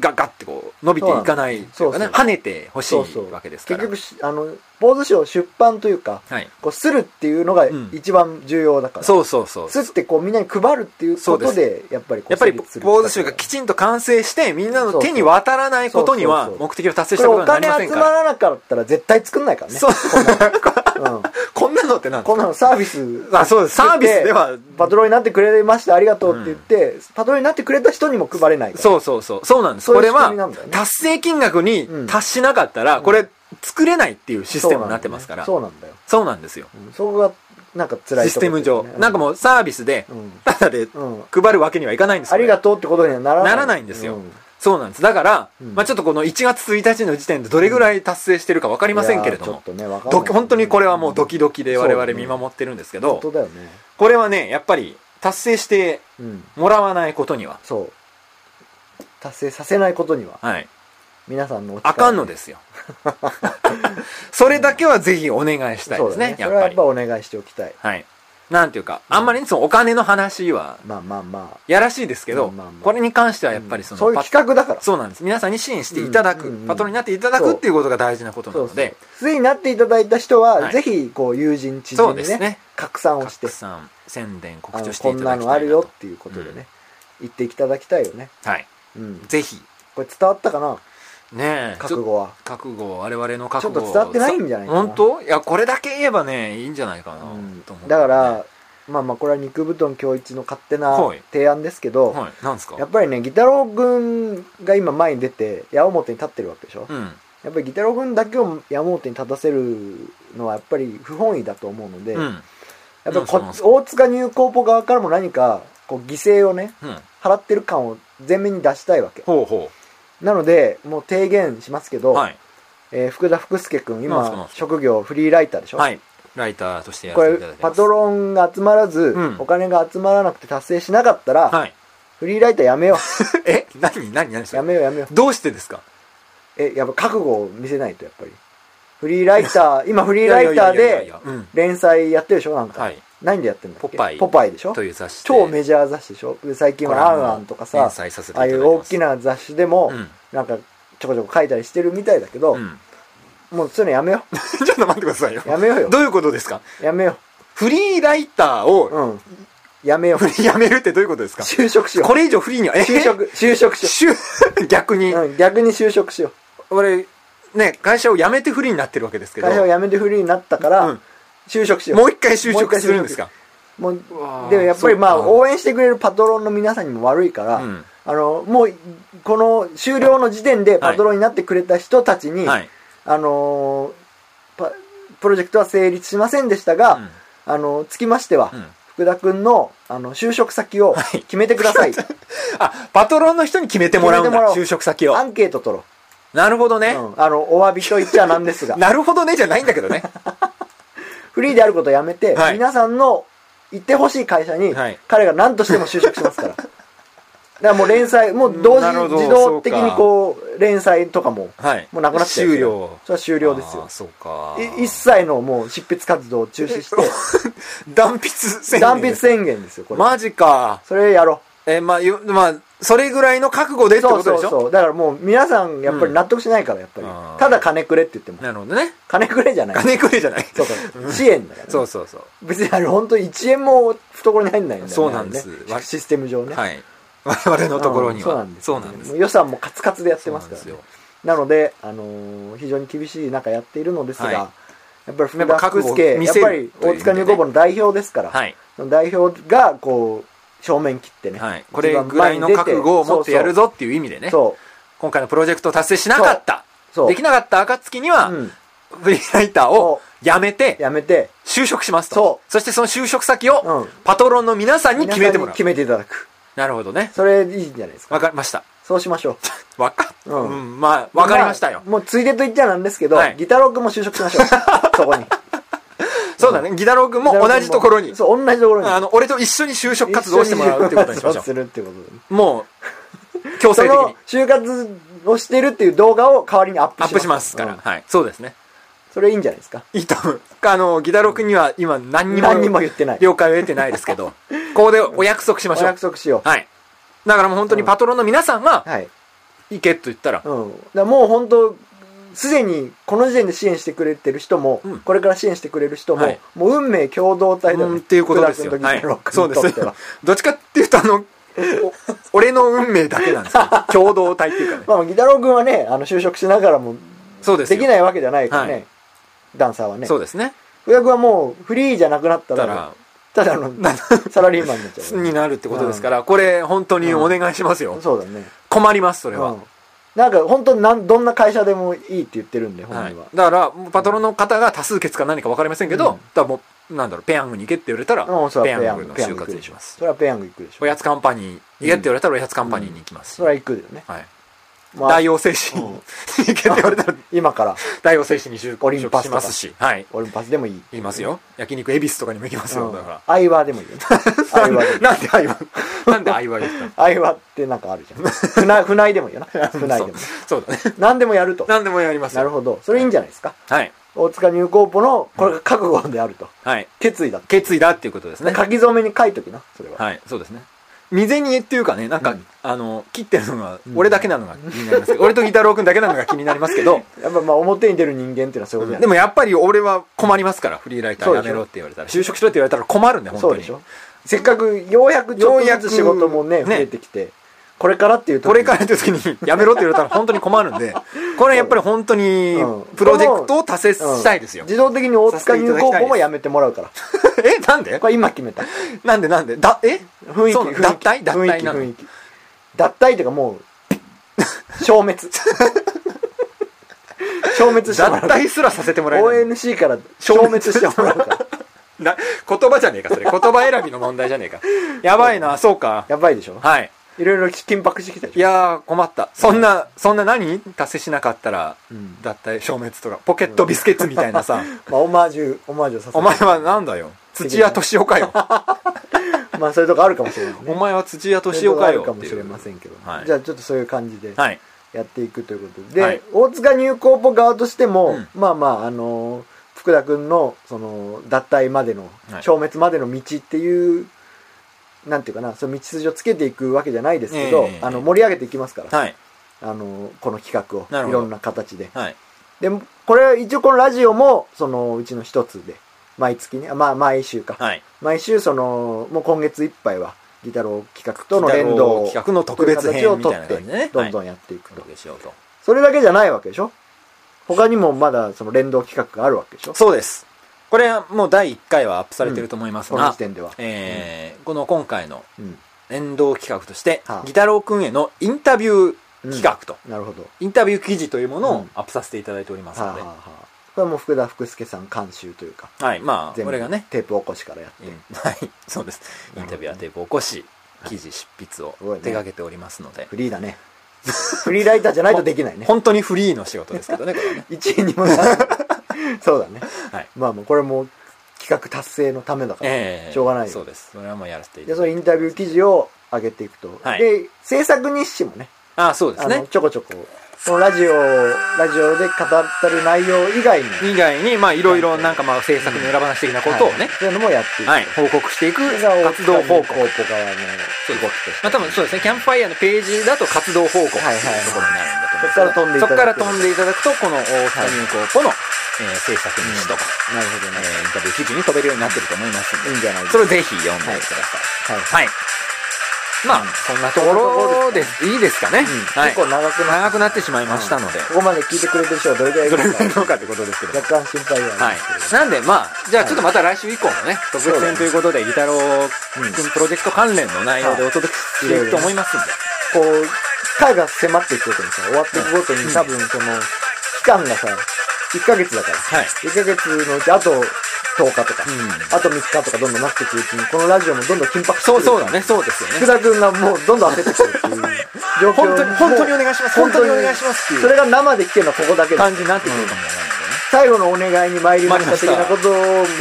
Speaker 1: ガッガッてこう伸びていかないというかね
Speaker 2: そうそう
Speaker 1: 跳ねてほし
Speaker 2: そうそ。
Speaker 1: いうわけですか
Speaker 2: 結
Speaker 1: ら
Speaker 2: 局し、あの、ポーズ賞出版というか、
Speaker 1: はい
Speaker 2: こう、するっていうのが
Speaker 1: うん
Speaker 2: 一番重要だから。
Speaker 1: そうそうそう
Speaker 2: すってこう、みんなに配るっていうこと
Speaker 1: そう
Speaker 2: で、やっぱりこう
Speaker 1: やっぱり
Speaker 2: 成
Speaker 1: ポ
Speaker 2: 立する
Speaker 1: ーズ集がきちんと完成してみんなの手に渡らないことに
Speaker 2: そう
Speaker 1: は
Speaker 2: そうそう
Speaker 1: 目的を達成し
Speaker 2: こ
Speaker 1: たこと
Speaker 2: れお
Speaker 1: にはなりません
Speaker 2: 金集
Speaker 1: か
Speaker 2: ま
Speaker 1: ら
Speaker 2: らなかったら絶対作んないからね。
Speaker 1: そう
Speaker 2: うん
Speaker 1: こんなのってなん
Speaker 2: こんなのサービス
Speaker 1: あそうですサービスでは
Speaker 2: パトロンになってくれましてありがとうって言って、パトロンになってくれた人にも配れないから
Speaker 1: そうそうそうそうなんです
Speaker 2: そう
Speaker 1: こ
Speaker 2: い
Speaker 1: れ
Speaker 2: う仕組
Speaker 1: は
Speaker 2: みなんだよね
Speaker 1: 達成金額に達しなかったらこれ作れないっていうシステムになってますから
Speaker 2: そうなんだよ
Speaker 1: そうなんですよ
Speaker 2: うんそこがなんか辛い
Speaker 1: システム上なんかも
Speaker 2: う
Speaker 1: うサービスで
Speaker 2: うん、
Speaker 1: ただで
Speaker 2: うん、
Speaker 1: 配るわけにはいかないんです
Speaker 2: あ
Speaker 1: よ
Speaker 2: りがとうってことにはならない
Speaker 1: ならないんですよ
Speaker 2: う
Speaker 1: そうなんですだから
Speaker 2: うん
Speaker 1: まあちょっとこの1月1日の時点でどれぐらい達成してるか分かりませんけれど
Speaker 2: いや
Speaker 1: も
Speaker 2: ーちょっとねわかんない
Speaker 1: ドキ本当にこれはもうドキドキで我
Speaker 2: そう
Speaker 1: 々
Speaker 2: ね
Speaker 1: 見守ってるんですけ
Speaker 2: 本
Speaker 1: ど
Speaker 2: 当だよね
Speaker 1: これはねやっぱり達成して
Speaker 2: うん
Speaker 1: もらわないことには
Speaker 2: そう達成させないことには
Speaker 1: はい
Speaker 2: 皆さんのお力
Speaker 1: あかんのです
Speaker 2: [LAUGHS]
Speaker 1: よそれだけはぜひお願いしたい
Speaker 2: そう
Speaker 1: です
Speaker 2: だ
Speaker 1: ね
Speaker 2: ねそ
Speaker 1: や
Speaker 2: れ
Speaker 1: っ
Speaker 2: は
Speaker 1: ぱ
Speaker 2: やっ
Speaker 1: り
Speaker 2: ぱお願いしておきたい
Speaker 1: はいなんていうかあんまりねそのお金の話は
Speaker 2: まあまあま
Speaker 1: やらしいですけど、
Speaker 2: まあまあまあ
Speaker 1: これに関して
Speaker 2: あ
Speaker 1: はやっぱりその、
Speaker 2: うんそういう
Speaker 1: パ
Speaker 2: 企画だから
Speaker 1: そうなんです皆さんに支援していただく、
Speaker 2: うんうんうん
Speaker 1: パトロンになっていただ
Speaker 2: そ
Speaker 1: く
Speaker 2: う
Speaker 1: っていうことが大事なことな
Speaker 2: そう
Speaker 1: ので
Speaker 2: すでになっていただいた人は、
Speaker 1: はい
Speaker 2: ぜひこう友人知
Speaker 1: そ
Speaker 2: 人
Speaker 1: うで
Speaker 2: に
Speaker 1: す
Speaker 2: ね
Speaker 1: ね
Speaker 2: 拡散をして
Speaker 1: 拡散宣伝
Speaker 2: あ
Speaker 1: 告
Speaker 2: の
Speaker 1: 知をして
Speaker 2: こ
Speaker 1: い
Speaker 2: ん
Speaker 1: た
Speaker 2: な
Speaker 1: だきたいなと
Speaker 2: のあるよっていうことでね、言っていただきたいよね、
Speaker 1: はい
Speaker 2: うん、
Speaker 1: ぜひ
Speaker 2: これ伝わったかな
Speaker 1: ねえ
Speaker 2: 覚
Speaker 1: ちょ
Speaker 2: 悟は
Speaker 1: 覚悟我々の覚悟
Speaker 2: ちょっと伝わってないんじゃないかな
Speaker 1: 本当いやこれだけ言えばねいいんじゃないかな、
Speaker 2: うん
Speaker 1: と思う
Speaker 2: だからまあまあこれは肉布団恭一の勝手な
Speaker 1: はい
Speaker 2: 提案ですけど、
Speaker 1: はいなんですか
Speaker 2: やっぱりねギタロウ軍が今前に出て矢面に立ってるわけでしょ、
Speaker 1: うん
Speaker 2: やっぱりギタロウ軍だけを矢面に立たせるのはやっぱり不本意だと思うので、
Speaker 1: う
Speaker 2: や
Speaker 1: ん
Speaker 2: っぱりこ
Speaker 1: うんそう
Speaker 2: 大塚入高ポ側からも何かこう犠牲をね
Speaker 1: うん
Speaker 2: 払ってる感を前面に出したいわけ
Speaker 1: ほうほ
Speaker 2: なのでもう提言しますけ
Speaker 1: う
Speaker 2: ど、
Speaker 1: はい
Speaker 2: えー福田福介君
Speaker 1: なんすかなん
Speaker 2: 今
Speaker 1: すか
Speaker 2: 職業フリーライターでしょ、
Speaker 1: はいライターとしてや
Speaker 2: こ
Speaker 1: らせ
Speaker 2: れ
Speaker 1: ていただいてま
Speaker 2: パ
Speaker 1: す
Speaker 2: トロンが集まらず、
Speaker 1: ん
Speaker 2: お金が集まらなくて達成しなかったら、
Speaker 1: はい
Speaker 2: フリーライターやめよ
Speaker 1: え何何 [LAUGHS] 何そうれ
Speaker 2: やめようやめよう
Speaker 1: どうしてですか
Speaker 2: えやっぱ覚悟を見せないとやっぱりフリーライ
Speaker 1: [LAUGHS]
Speaker 2: ター今フリーライタ
Speaker 1: いやい
Speaker 2: ー
Speaker 1: やいやい
Speaker 2: で
Speaker 1: やうん
Speaker 2: 連載やってるでしょなんか、
Speaker 1: はい
Speaker 2: 何でやってんだっけ
Speaker 1: ポパイ
Speaker 2: ポパイでしょ
Speaker 1: という雑誌で
Speaker 2: 超メジャー雑誌でしょで最近
Speaker 1: これは
Speaker 2: は「
Speaker 1: も
Speaker 2: ア
Speaker 1: う
Speaker 2: ンアン」とかさ
Speaker 1: 連載させていた
Speaker 2: ああ
Speaker 1: だいて
Speaker 2: い
Speaker 1: ます
Speaker 2: う大きな雑誌でも、
Speaker 1: うん
Speaker 2: なんかちょこちょこ書いたりしてるみたいだけど、
Speaker 1: うん
Speaker 2: もうそういうのやめよ
Speaker 1: [LAUGHS]
Speaker 2: う
Speaker 1: ちょっと待ってくださいよ
Speaker 2: やめようよ
Speaker 1: どういうことですか
Speaker 2: やめよ
Speaker 1: フリーライター
Speaker 2: う
Speaker 1: を
Speaker 2: うんやめよう
Speaker 1: [LAUGHS] フリーやめるってどういうことですか
Speaker 2: 就職しよ
Speaker 1: これ以上フリーにはえ
Speaker 2: う就
Speaker 1: [LAUGHS]
Speaker 2: 職就職しよ
Speaker 1: しゅ逆に
Speaker 2: [LAUGHS] う、うん、逆に就職しよう
Speaker 1: 俺ね会社を辞めてフリーになってるわけですけど
Speaker 2: 会社を辞めてフリーになったから、
Speaker 1: うん
Speaker 2: 就職しよう
Speaker 1: もう一回就職するんですか
Speaker 2: もう
Speaker 1: わー
Speaker 2: でもやっぱりまあ
Speaker 1: そっか
Speaker 2: 応援してくれるパトロンの皆さんにも悪いから、
Speaker 1: うん
Speaker 2: あのもうこの終了の時点でパトロンになってくれた人たちに、
Speaker 1: はい
Speaker 2: あのーパプロジェクトは成立しませんでしたが、
Speaker 1: うん
Speaker 2: あのつきましては、
Speaker 1: うん
Speaker 2: 福田君のあの就職先を
Speaker 1: はい
Speaker 2: 決めてくだ
Speaker 1: [LAUGHS]
Speaker 2: さい、
Speaker 1: あパトロンの人に決めてもらうん
Speaker 2: 決めても
Speaker 1: だ
Speaker 2: らおう
Speaker 1: 就職先を
Speaker 2: アンケート取ろ
Speaker 1: なるほど
Speaker 2: う、
Speaker 1: ね、
Speaker 2: うんあのお詫びと言っちゃなんですが
Speaker 1: なるほどねじゃないんだけどね
Speaker 2: フリーであることをやめて、
Speaker 1: はい
Speaker 2: 皆さんの行ってほしい会社に、
Speaker 1: はい
Speaker 2: 彼 [LAUGHS] が何としても就職しますから。だからもう連載、もう同時
Speaker 1: なるほど
Speaker 2: 自動的にこう、連載とかも、
Speaker 1: はい。
Speaker 2: もうなくなっちゃう
Speaker 1: 終了。
Speaker 2: それは終了です
Speaker 1: あー
Speaker 2: よ。
Speaker 1: そうか。
Speaker 2: い一切のもう執筆活動を中
Speaker 1: [LAUGHS]
Speaker 2: 止し
Speaker 1: 断筆宣
Speaker 2: て、
Speaker 1: 言。
Speaker 2: 断筆宣言ですよ、これ。
Speaker 1: マジか。
Speaker 2: それやろ
Speaker 1: えーまあ、ゆまあ、それぐらいの覚悟でっ
Speaker 2: う。
Speaker 1: てこ
Speaker 2: そ
Speaker 1: と
Speaker 2: う
Speaker 1: でしょ
Speaker 2: そうそう。だからもう皆さん、やっぱり納得しないから、やっぱり
Speaker 1: うん。
Speaker 2: ただ金くれって言っても。
Speaker 1: なるほどね。
Speaker 2: 金くれじゃない。
Speaker 1: 金くれじゃない。
Speaker 2: そうそう。支援だから
Speaker 1: [LAUGHS]
Speaker 2: ね。
Speaker 1: そうそうそう。
Speaker 2: 別にあれ本当1円も懐に入んないんだよね。
Speaker 1: そうなんです
Speaker 2: あれねシステム上ね。
Speaker 1: はい。我々のところには。
Speaker 2: うんそうなんです。
Speaker 1: そうなんです
Speaker 2: も。予算もカツカツでやって
Speaker 1: そう
Speaker 2: ま
Speaker 1: なん
Speaker 2: すか
Speaker 1: で
Speaker 2: ら
Speaker 1: す
Speaker 2: ね
Speaker 1: よ。
Speaker 2: なので、あのー非常に厳しい中やっているのですが、
Speaker 1: はい
Speaker 2: やっぱり
Speaker 1: や
Speaker 2: 福
Speaker 1: っぱ
Speaker 2: 田
Speaker 1: 覚
Speaker 2: 福
Speaker 1: 悟を
Speaker 2: 助、
Speaker 1: 見
Speaker 2: やっ
Speaker 1: せる
Speaker 2: ぱ
Speaker 1: という
Speaker 2: り大塚女房の代表ですから、
Speaker 1: はい。
Speaker 2: その代表がこう正面切ってね、
Speaker 1: はい。これぐらいの覚悟を持ってやる
Speaker 2: ぞ
Speaker 1: ぞっていう意味でね。
Speaker 2: そう
Speaker 1: 今回のプロジェクトを達成しなかった。
Speaker 2: そうそう
Speaker 1: できなかった暁には、
Speaker 2: うん
Speaker 1: フリーライターを辞めて、
Speaker 2: やめて
Speaker 1: 就職しますと。。
Speaker 2: そう
Speaker 1: そしてその就職先を、
Speaker 2: うん
Speaker 1: パトロンの皆さんに決めても
Speaker 2: 皆さん
Speaker 1: らう
Speaker 2: に決。めていただく
Speaker 1: なるほどね。
Speaker 2: それいいんじゃないですか
Speaker 1: わかりました。
Speaker 2: そうしましょ
Speaker 1: わか、う、
Speaker 2: うんん
Speaker 1: まあ、
Speaker 2: う
Speaker 1: わかりましたよ。
Speaker 2: あもうついでと言っちゃなんですけど、
Speaker 1: はい
Speaker 2: ギタロー君も就職しま
Speaker 1: [LAUGHS]
Speaker 2: しょうそこに
Speaker 1: そうだね。ギタロー君も同じところに。
Speaker 2: そう同じところに
Speaker 1: あの、俺と一緒に就職活動をしてもらうってことにしましょ
Speaker 2: 一緒に就活をするってことで
Speaker 1: う。もう、強
Speaker 2: そ
Speaker 1: 制的
Speaker 2: の
Speaker 1: に
Speaker 2: 就活をしてるっていう動画を代わりにアップ
Speaker 1: ア
Speaker 2: します
Speaker 1: ップしますから。
Speaker 2: うん
Speaker 1: はい。そうですね。
Speaker 2: それいいんじゃないですか
Speaker 1: いいと思う。あの、ギタロー君には今何にも、
Speaker 2: 何にも言ってない
Speaker 1: 了解を得てないですけ
Speaker 2: [LAUGHS]
Speaker 1: ど、ここでお約束しま
Speaker 2: お
Speaker 1: しょう
Speaker 2: 約。束しよう
Speaker 1: はい。だからもう本当にパトロンの皆さんが、
Speaker 2: はい、
Speaker 1: 行けと言ったら、
Speaker 2: うん、だからもう本当すでにこの時点で支援してくれてる人も、
Speaker 1: うん
Speaker 2: これから支援してくれる人も、
Speaker 1: はい
Speaker 2: もう運命共同体だ
Speaker 1: う
Speaker 2: ね
Speaker 1: んっていうことですよ。
Speaker 2: 福田
Speaker 1: は
Speaker 2: 君
Speaker 1: い
Speaker 2: と。ギ
Speaker 1: そうで
Speaker 2: タロー君にとって
Speaker 1: す
Speaker 2: は、。
Speaker 1: どっちかっていうと、 [LAUGHS] あの、お俺の運命だけなんです [LAUGHS] よ。共同体っていうかね。
Speaker 2: まあ、ギタロー君はねあの就職しながらも
Speaker 1: そうです
Speaker 2: で
Speaker 1: よ。
Speaker 2: きないわけじゃないからね、
Speaker 1: はい
Speaker 2: ダンサーはね
Speaker 1: そうですね。
Speaker 2: 福田君はもうフリーじゃなくなった
Speaker 1: だ
Speaker 2: ら
Speaker 1: か
Speaker 2: ただのサラリーマンになっちゃ
Speaker 1: ら、
Speaker 2: う
Speaker 1: [LAUGHS]
Speaker 2: ね
Speaker 1: になるってことですから、これ本当にお願いしますよ。
Speaker 2: そうだね
Speaker 1: 困ります、それ
Speaker 2: う
Speaker 1: は
Speaker 2: ん。なんか本当なんどんな会社でもいいって言ってるんで本人は、
Speaker 1: はい。だから、パトロンの方が多数決か何か分かりませんけ
Speaker 2: う
Speaker 1: どだ
Speaker 2: ん、
Speaker 1: からもう、なんだろう、ペヤングに行けって言われたら
Speaker 2: うん、それ
Speaker 1: ペ
Speaker 2: は
Speaker 1: ヤン
Speaker 2: ペヤング
Speaker 1: グの
Speaker 2: ペヤン
Speaker 1: 就
Speaker 2: グ行く
Speaker 1: 活
Speaker 2: で
Speaker 1: に
Speaker 2: し
Speaker 1: し
Speaker 2: ょ
Speaker 1: ます
Speaker 2: そ。れはペヤング行くでし
Speaker 1: お
Speaker 2: ょ
Speaker 1: やつカンパニー、行けって言われたらおやつカンパニーに行きますし
Speaker 2: そ。れは行くよね、
Speaker 1: はい。
Speaker 2: ま
Speaker 1: [LAUGHS]
Speaker 2: あ
Speaker 1: 大王精神
Speaker 2: う
Speaker 1: に
Speaker 2: ん
Speaker 1: 行けって言われたら、
Speaker 2: 今から
Speaker 1: [LAUGHS] 大王精神に就 [LAUGHS]
Speaker 2: オリン
Speaker 1: 職
Speaker 2: パス
Speaker 1: し
Speaker 2: とか
Speaker 1: ますし、はい。
Speaker 2: オリンパスでもいい
Speaker 1: 言いますよ。焼肉恵比寿とかにも行きますよ、だか
Speaker 2: アイワでもい
Speaker 1: [LAUGHS]
Speaker 2: いよねア
Speaker 1: ら。
Speaker 2: イワでも
Speaker 1: なんで相葉 [LAUGHS] なんで相葉言ったの
Speaker 2: アイワってなんかあるじゃん船船井でもいいよな船井でも
Speaker 1: [LAUGHS] そうそうだね。
Speaker 2: 何でもやると
Speaker 1: 何でもやります
Speaker 2: なる
Speaker 1: よ。
Speaker 2: ほどそれいいんじゃないですか
Speaker 1: はい。
Speaker 2: 大塚入高ポのこれが覚悟であると
Speaker 1: はい。
Speaker 2: 決意だと
Speaker 1: 決意だっていうことですね。
Speaker 2: 書き初めに書いときなそれは、
Speaker 1: はい、そうですね。未然にっていうかね、なんか、
Speaker 2: うん
Speaker 1: あの、切ってるのが、俺だけなのが気になります [LAUGHS] けど、俺とギタロー君だけなのが気になりますけど、
Speaker 2: やっぱまあ表に出る人間っていうのはそういうことじゃ
Speaker 1: で
Speaker 2: ない、
Speaker 1: もやっぱり俺は困りますから、フリーライタ
Speaker 2: そう
Speaker 1: ーや
Speaker 2: でしょ
Speaker 1: めろって言われたら、就職しろって言われたら困るんで、本
Speaker 2: そ
Speaker 1: 当
Speaker 2: うで
Speaker 1: に
Speaker 2: し。ょせっかくようやくちょっ
Speaker 1: ようや
Speaker 2: と
Speaker 1: く
Speaker 2: ずつ仕事もね
Speaker 1: ね
Speaker 2: 増えてきてこれからっていう時
Speaker 1: これからっていう時に、やめろって言われたら本当に困るんで、これはやっぱり本当に
Speaker 2: うん、
Speaker 1: プロジェクトを達成したいですよ。
Speaker 2: 自動的に大塚入高ポもやめてもらうから
Speaker 1: え、なんで
Speaker 2: これ今決めた
Speaker 1: なんでなんでだ、え
Speaker 2: 雰囲気
Speaker 1: そうな
Speaker 2: 雰
Speaker 1: の
Speaker 2: 囲気
Speaker 1: 脱退脱
Speaker 2: 雰囲
Speaker 1: 退
Speaker 2: 気
Speaker 1: なの
Speaker 2: 雰囲気脱退というかもう
Speaker 1: [LAUGHS]
Speaker 2: 消滅消滅しても
Speaker 1: 脱
Speaker 2: らう
Speaker 1: 退すらさせてもらえない。
Speaker 2: ONC から消滅してもらうから
Speaker 1: な言葉じゃねえか [LAUGHS] それ言葉選びの問題じゃねえかやばいなそうか
Speaker 2: やばいでしょ
Speaker 1: はい
Speaker 2: いろいろ緊迫してきたで
Speaker 1: い
Speaker 2: しょ
Speaker 1: やー困ったそんなそんな何達成しなかったら
Speaker 2: うん
Speaker 1: 脱退消滅とかポケットビスケッツみたいなさ
Speaker 2: まあオマージュオマージュさせ
Speaker 1: [LAUGHS]
Speaker 2: て
Speaker 1: お前はなんだよ土屋敏夫か [LAUGHS] よ
Speaker 2: まあそういうとこあるかもしれない
Speaker 1: お
Speaker 2: ね
Speaker 1: 前は土屋
Speaker 2: そうい
Speaker 1: 敏
Speaker 2: う
Speaker 1: 夫
Speaker 2: とこあ
Speaker 1: か
Speaker 2: る
Speaker 1: よ
Speaker 2: か
Speaker 1: っ
Speaker 2: も
Speaker 1: てい
Speaker 2: しれ
Speaker 1: う
Speaker 2: ませんけど
Speaker 1: はい
Speaker 2: じゃあちょっとそういう感じで
Speaker 1: はい
Speaker 2: やっていくということ
Speaker 1: は
Speaker 2: で
Speaker 1: い
Speaker 2: で大塚入高ポ側としても
Speaker 1: うん
Speaker 2: まあまああのー福田君のその脱退までの
Speaker 1: はい
Speaker 2: 消滅までの道っていうなんていうかなその道筋をつけていくわけじゃないですけど
Speaker 1: ええ
Speaker 2: あの盛り上げていきますから
Speaker 1: はい
Speaker 2: あのーこの企画
Speaker 1: なるほ
Speaker 2: をい
Speaker 1: ど
Speaker 2: ろんな形で
Speaker 1: はい
Speaker 2: でこれ一応このラジオもそのうちの一つで毎月ねあまあ毎週か
Speaker 1: はい
Speaker 2: 毎週そのもう今月いっぱいはギタロー企画との連動
Speaker 1: 企画の特別編み
Speaker 2: と
Speaker 1: たい
Speaker 2: い
Speaker 1: な
Speaker 2: う形を
Speaker 1: 感じで
Speaker 2: 取っ
Speaker 1: ね
Speaker 2: てどんど
Speaker 1: はい
Speaker 2: んやっていく
Speaker 1: お
Speaker 2: と、
Speaker 1: 届けしようと
Speaker 2: それだけじゃないわけでしょ他にもまだその連動企画があるわけでしょ
Speaker 1: そうですこれはもう第1回はアップされてると思います
Speaker 2: この
Speaker 1: が
Speaker 2: 時点では、
Speaker 1: えーこの今回の
Speaker 2: うん
Speaker 1: 連動企画として、
Speaker 2: はあ
Speaker 1: ギタローくんへのインタビュー企画と、
Speaker 2: なるほどは
Speaker 1: インタビュー記事というもの
Speaker 2: う
Speaker 1: を
Speaker 2: ん
Speaker 1: アップさせていただいております
Speaker 2: あ、
Speaker 1: の
Speaker 2: は
Speaker 1: で、
Speaker 2: あはあ、これはもう福田福助さん監修というか
Speaker 1: はい、まあ、
Speaker 2: 全
Speaker 1: これが
Speaker 2: 部
Speaker 1: ね、
Speaker 2: テープ起こしからやって、
Speaker 1: うん [LAUGHS] はい、そうです。インタビューやテープを起こし、記事執筆を
Speaker 2: すごいね
Speaker 1: 手掛けておりますので、
Speaker 2: フリーだねフリーライターじゃないとできないね
Speaker 1: 本当にフリーの仕事ですけどね、これはね。
Speaker 2: 1位にもならない [LAUGHS] そうだね [LAUGHS]
Speaker 1: はい。
Speaker 2: まあもうこれも企画達成のためだから、
Speaker 1: ええ
Speaker 2: しょうがないよ
Speaker 1: そうです。それはもうやらせていた
Speaker 2: で
Speaker 1: だ
Speaker 2: そのインタビュー記事を上げていくと、
Speaker 1: はい
Speaker 2: で制作日誌もね
Speaker 1: ああ、そうです
Speaker 2: あ
Speaker 1: ね
Speaker 2: の、。ちょこちょこ、このラジオ、ラジオで語ってる内容以外に、
Speaker 1: 以外に、まあ、いろいろなんかまあ、制作の裏話的なことをね、
Speaker 2: そういうのもやっていく。
Speaker 1: はい、報告していく
Speaker 2: それが大
Speaker 1: 活動報
Speaker 2: 塚
Speaker 1: 告。
Speaker 2: 民子側の動きとして。
Speaker 1: まあ、多分そうですね、キャンプファイヤーのページだと活動報告っていう
Speaker 2: はいはい
Speaker 1: ところになるんだと思うんですけ
Speaker 2: そっから
Speaker 1: ど、そこから
Speaker 2: 飛んでいただく
Speaker 1: 飛んでいただくと、この大塚入高との、えー制作日誌とか、
Speaker 2: なるほど
Speaker 1: え
Speaker 2: ね。
Speaker 1: ーインタビュー記事に飛べるようになってると思いますんで、
Speaker 2: いいんじゃないです
Speaker 1: そ
Speaker 2: か。
Speaker 1: れをぜひ読んでくださ
Speaker 2: はい。
Speaker 1: い。はい。まあ、そんなところです。いいですかね。はい。
Speaker 2: 結構長くなっ
Speaker 1: 長くなってしまいましたので、
Speaker 2: ここまで聞いてくれてる人はどれぐらいい
Speaker 1: ど
Speaker 2: る
Speaker 1: れぐらい
Speaker 2: の
Speaker 1: の
Speaker 2: か
Speaker 1: かってことですけど。
Speaker 2: 若干心配だ
Speaker 1: はい
Speaker 2: ね。。
Speaker 1: なんで、まあ、じゃあちょっとまた来週以降もね、特別編ということで、ギタロー君プロジェクト関連の内容でお届けしていくと思いますんで。
Speaker 2: こう、回が迫っていくことにさ、終わっていくごとに多分その、期間がさ、1ヶ月だから。
Speaker 1: はい。
Speaker 2: 1ヶ月のうちあと10日とか、
Speaker 1: うん
Speaker 2: あと3日とかどんどんなっていくうちに、このラジオもどんどん緊迫して
Speaker 1: そうそう
Speaker 2: だ。
Speaker 1: だね、そうですよ
Speaker 2: 福
Speaker 1: ね。
Speaker 2: 田君がもうどんどん焦ってくるっていう状況
Speaker 1: 本当に、本当にお
Speaker 2: もう
Speaker 1: 願いします。本当にお願いしますっていう
Speaker 2: それが生で聞けるのはここだけです
Speaker 1: 感じになってくるかもし
Speaker 2: 最後のお願いに参りました的
Speaker 1: 参り
Speaker 2: なこ
Speaker 1: ま
Speaker 2: と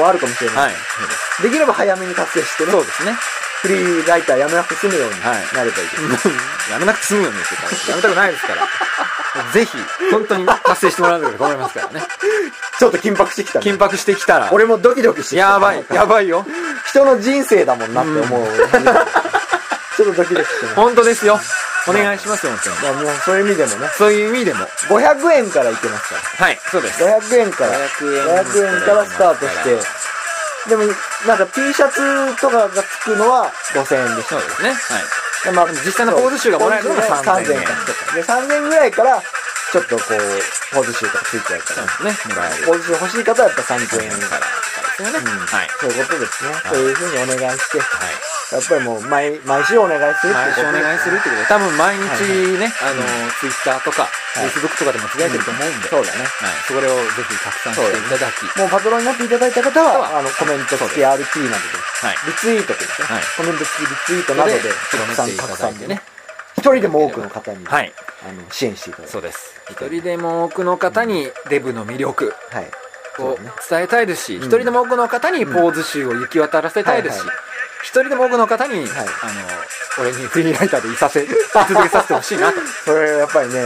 Speaker 2: もあるかもしれ
Speaker 1: れ
Speaker 2: ない。
Speaker 1: ないのでね。はい。そうです
Speaker 2: できれば早めに達成してね
Speaker 1: そ、うですね。
Speaker 2: フリーライターやめなくて済むように
Speaker 1: はい
Speaker 2: なればいいです。
Speaker 1: やめなくて済むようにしてたらやめたくないですから。ぜひ、本当に達成してもらわなければ困りますからね。
Speaker 2: ちょっと緊迫してきた
Speaker 1: [LAUGHS]
Speaker 2: ね
Speaker 1: 緊迫してきたら、
Speaker 2: 俺もドキドキしてきた。
Speaker 1: やばい、やばいよ。
Speaker 2: 人の人生だもんなって [LAUGHS] 思う。ちょっとドキドキしてます。
Speaker 1: 本当ですよ。お願いしますよ、本当に。
Speaker 2: まあもうそういう意味でもね、
Speaker 1: そういう意味でも。
Speaker 2: 500円からいけますか
Speaker 1: はい、そうです。
Speaker 2: ら。500円から。
Speaker 1: 500円
Speaker 2: 500円からスタートして。でも、なんか T シャツとかがつくのは5000円でし
Speaker 1: そうですね。はい。
Speaker 2: た。まあ、
Speaker 1: 実際のポーズ集がもらえるのが3000
Speaker 2: 3000円かで、3000円ぐらいから、ちょっとこう、ポーズ集とかついちゃうから。
Speaker 1: ね、もらえる。
Speaker 2: ポーズ集欲しい方はやっぱ3000円から。
Speaker 1: ですよね。はい。
Speaker 2: そういうことですね。
Speaker 1: い
Speaker 2: そういうふうにお願いして、
Speaker 1: はい。
Speaker 2: やっぱりもう毎、毎週お願いするって
Speaker 1: 毎
Speaker 2: こと
Speaker 1: 週お願いするってことで、多分毎日ね、あの、ツイッターとか、
Speaker 2: い
Speaker 1: Facebook とかでもつぶやいてると思うんで、
Speaker 2: そうだね。
Speaker 1: はい。それをぜひ拡散していただき、
Speaker 2: もうパトロンになっていただいた方
Speaker 1: そう
Speaker 2: は、
Speaker 1: だ
Speaker 2: あの、コメント
Speaker 1: そう
Speaker 2: 付
Speaker 1: だ
Speaker 2: き RT などで、
Speaker 1: はい。
Speaker 2: リツイートですね。
Speaker 1: はい
Speaker 2: コメント付きリツイートなどで、
Speaker 1: で
Speaker 2: 拡散拡散
Speaker 1: 広めて
Speaker 2: で
Speaker 1: いただいて
Speaker 2: ね
Speaker 1: ね。
Speaker 2: 一人でも多くの方に、
Speaker 1: はい。
Speaker 2: あの支援していただいて。
Speaker 1: そうです。一人でも多くの方にデブの魅力
Speaker 2: はい。
Speaker 1: を伝えたいですし、一人でも多くの方にポーズ集を行き渡らせたいですし
Speaker 2: はいは、
Speaker 1: 一人でも多くの方に、あの、俺にフリーライターでいさせ、続けさせてほしいなと。
Speaker 2: それやっぱりね、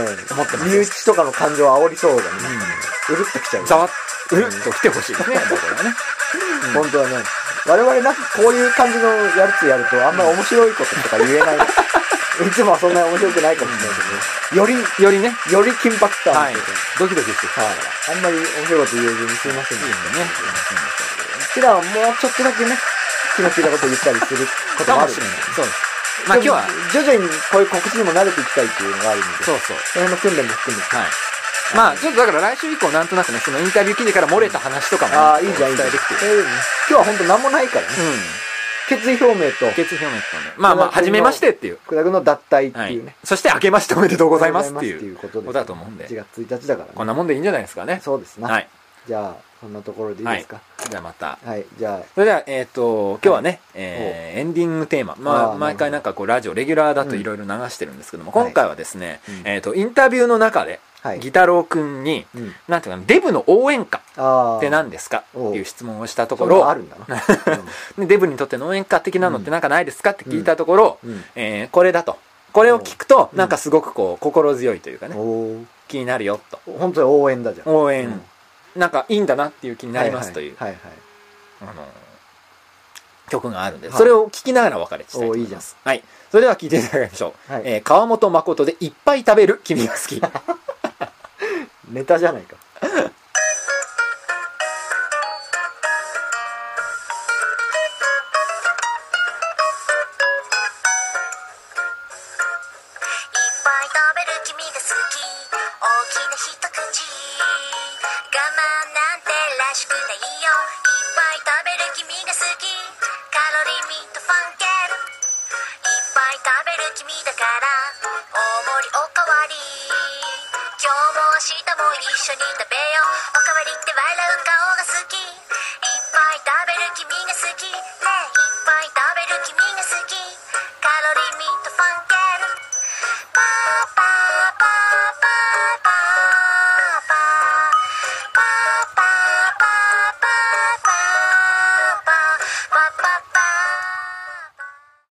Speaker 2: 身内とかの感情を煽りそうだね。うるっときちゃう。
Speaker 1: ざわっ、うるっと来てほしいですね、僕らはね。
Speaker 2: 本当はね、我々なんかこういう感じのやつやると、あんま面白いこととか言え
Speaker 1: [LAUGHS]
Speaker 2: ない。いつもはそんな面白くないかもしれないけど、より、
Speaker 1: よりね、
Speaker 2: より緊迫感。
Speaker 1: は
Speaker 2: はいい。。
Speaker 1: ドキドキしてきたから。
Speaker 2: あんまり面白いこと言えずにすいません
Speaker 1: いい
Speaker 2: ね。
Speaker 1: よね。
Speaker 2: 普段はもうちょっとだけね、気の利いたこと言ったりすること
Speaker 1: か
Speaker 2: もあ
Speaker 1: も
Speaker 2: る
Speaker 1: しれない。そうです。まあ今日は
Speaker 2: で、も徐々にこういう告知にも慣れていきたいっていうのがあるので、
Speaker 1: そうそう。
Speaker 2: その辺の訓練も含めて。
Speaker 1: はい。まあちょっとだから来週以降なんとなくね、そのインタビュー記事から漏れた話とかもね、
Speaker 2: ああ、いいじゃん、いいじゃ
Speaker 1: 伝
Speaker 2: ん。
Speaker 1: えてきて。
Speaker 2: そういうのね今日は本当何もないからね。
Speaker 1: うん。
Speaker 2: 決意表明と、
Speaker 1: 決意表明とね。まあまあ、初めましてっていう。
Speaker 2: 福田君の脱退って
Speaker 1: はいいう
Speaker 2: ね。。
Speaker 1: そして明けましておめでとうございますっていう
Speaker 2: こ
Speaker 1: ことと
Speaker 2: で
Speaker 1: だと思うんで
Speaker 2: 1。月1日だから
Speaker 1: こん
Speaker 2: ね。
Speaker 1: なもんでいいんじゃないですかね。
Speaker 2: そうですな。
Speaker 1: はい。
Speaker 2: じゃあ、そんなところでいいですか。
Speaker 1: じゃあまた。
Speaker 2: はい、じゃ
Speaker 1: それでは、えっ、と、今日はね、えーエンディングテーマ。
Speaker 2: あ
Speaker 1: まあ、
Speaker 2: ー
Speaker 1: 毎回なんかこう、ラジオ、レギュラーだといろいろ流してるんですけども、
Speaker 2: はい
Speaker 1: 今回はですね、
Speaker 2: うん
Speaker 1: えっ、と、インタビューの中で、
Speaker 2: あ、はい。
Speaker 1: ギタロウくんに、
Speaker 2: うん。
Speaker 1: なんていうかな、デブの応援歌
Speaker 2: ああ。
Speaker 1: って何ですかって
Speaker 2: おう
Speaker 1: いう質問をしたと
Speaker 2: と
Speaker 1: こ
Speaker 2: ころあ
Speaker 1: ろ、
Speaker 2: るんだな。
Speaker 1: [LAUGHS]
Speaker 2: う
Speaker 1: でデブにとっての応援歌的なのってなんかないですかって聞いたところ、
Speaker 2: んうん。
Speaker 1: えーこれだと。これを聞くと
Speaker 2: う、ん
Speaker 1: なんかすごくこう、心強いというかね、
Speaker 2: お
Speaker 1: 気になるよと。
Speaker 2: お。本当に応援だじゃん。
Speaker 1: 応
Speaker 2: う
Speaker 1: 援
Speaker 2: ん、
Speaker 1: なんかいいんだなっていう気になりますという、
Speaker 2: はいはい。はい
Speaker 1: あのー曲があるんで、
Speaker 2: はい
Speaker 1: それを聞きながらお別れしたいと思
Speaker 2: おーい
Speaker 1: い
Speaker 2: いじゃ
Speaker 1: ま
Speaker 2: ん
Speaker 1: す。はい。それでは聞いていただきましょう。
Speaker 2: はい
Speaker 1: えー川本誠でいっぱい食べる君が好き。
Speaker 2: ネタじゃないか。
Speaker 3: いっぱい食べる君が好き大きな一口我慢なんてらしくないよいっぱい食べる君が好きカロリーミートファンケルいっぱい食べる君だから大盛りおかわり今日も明日も一緒に食べる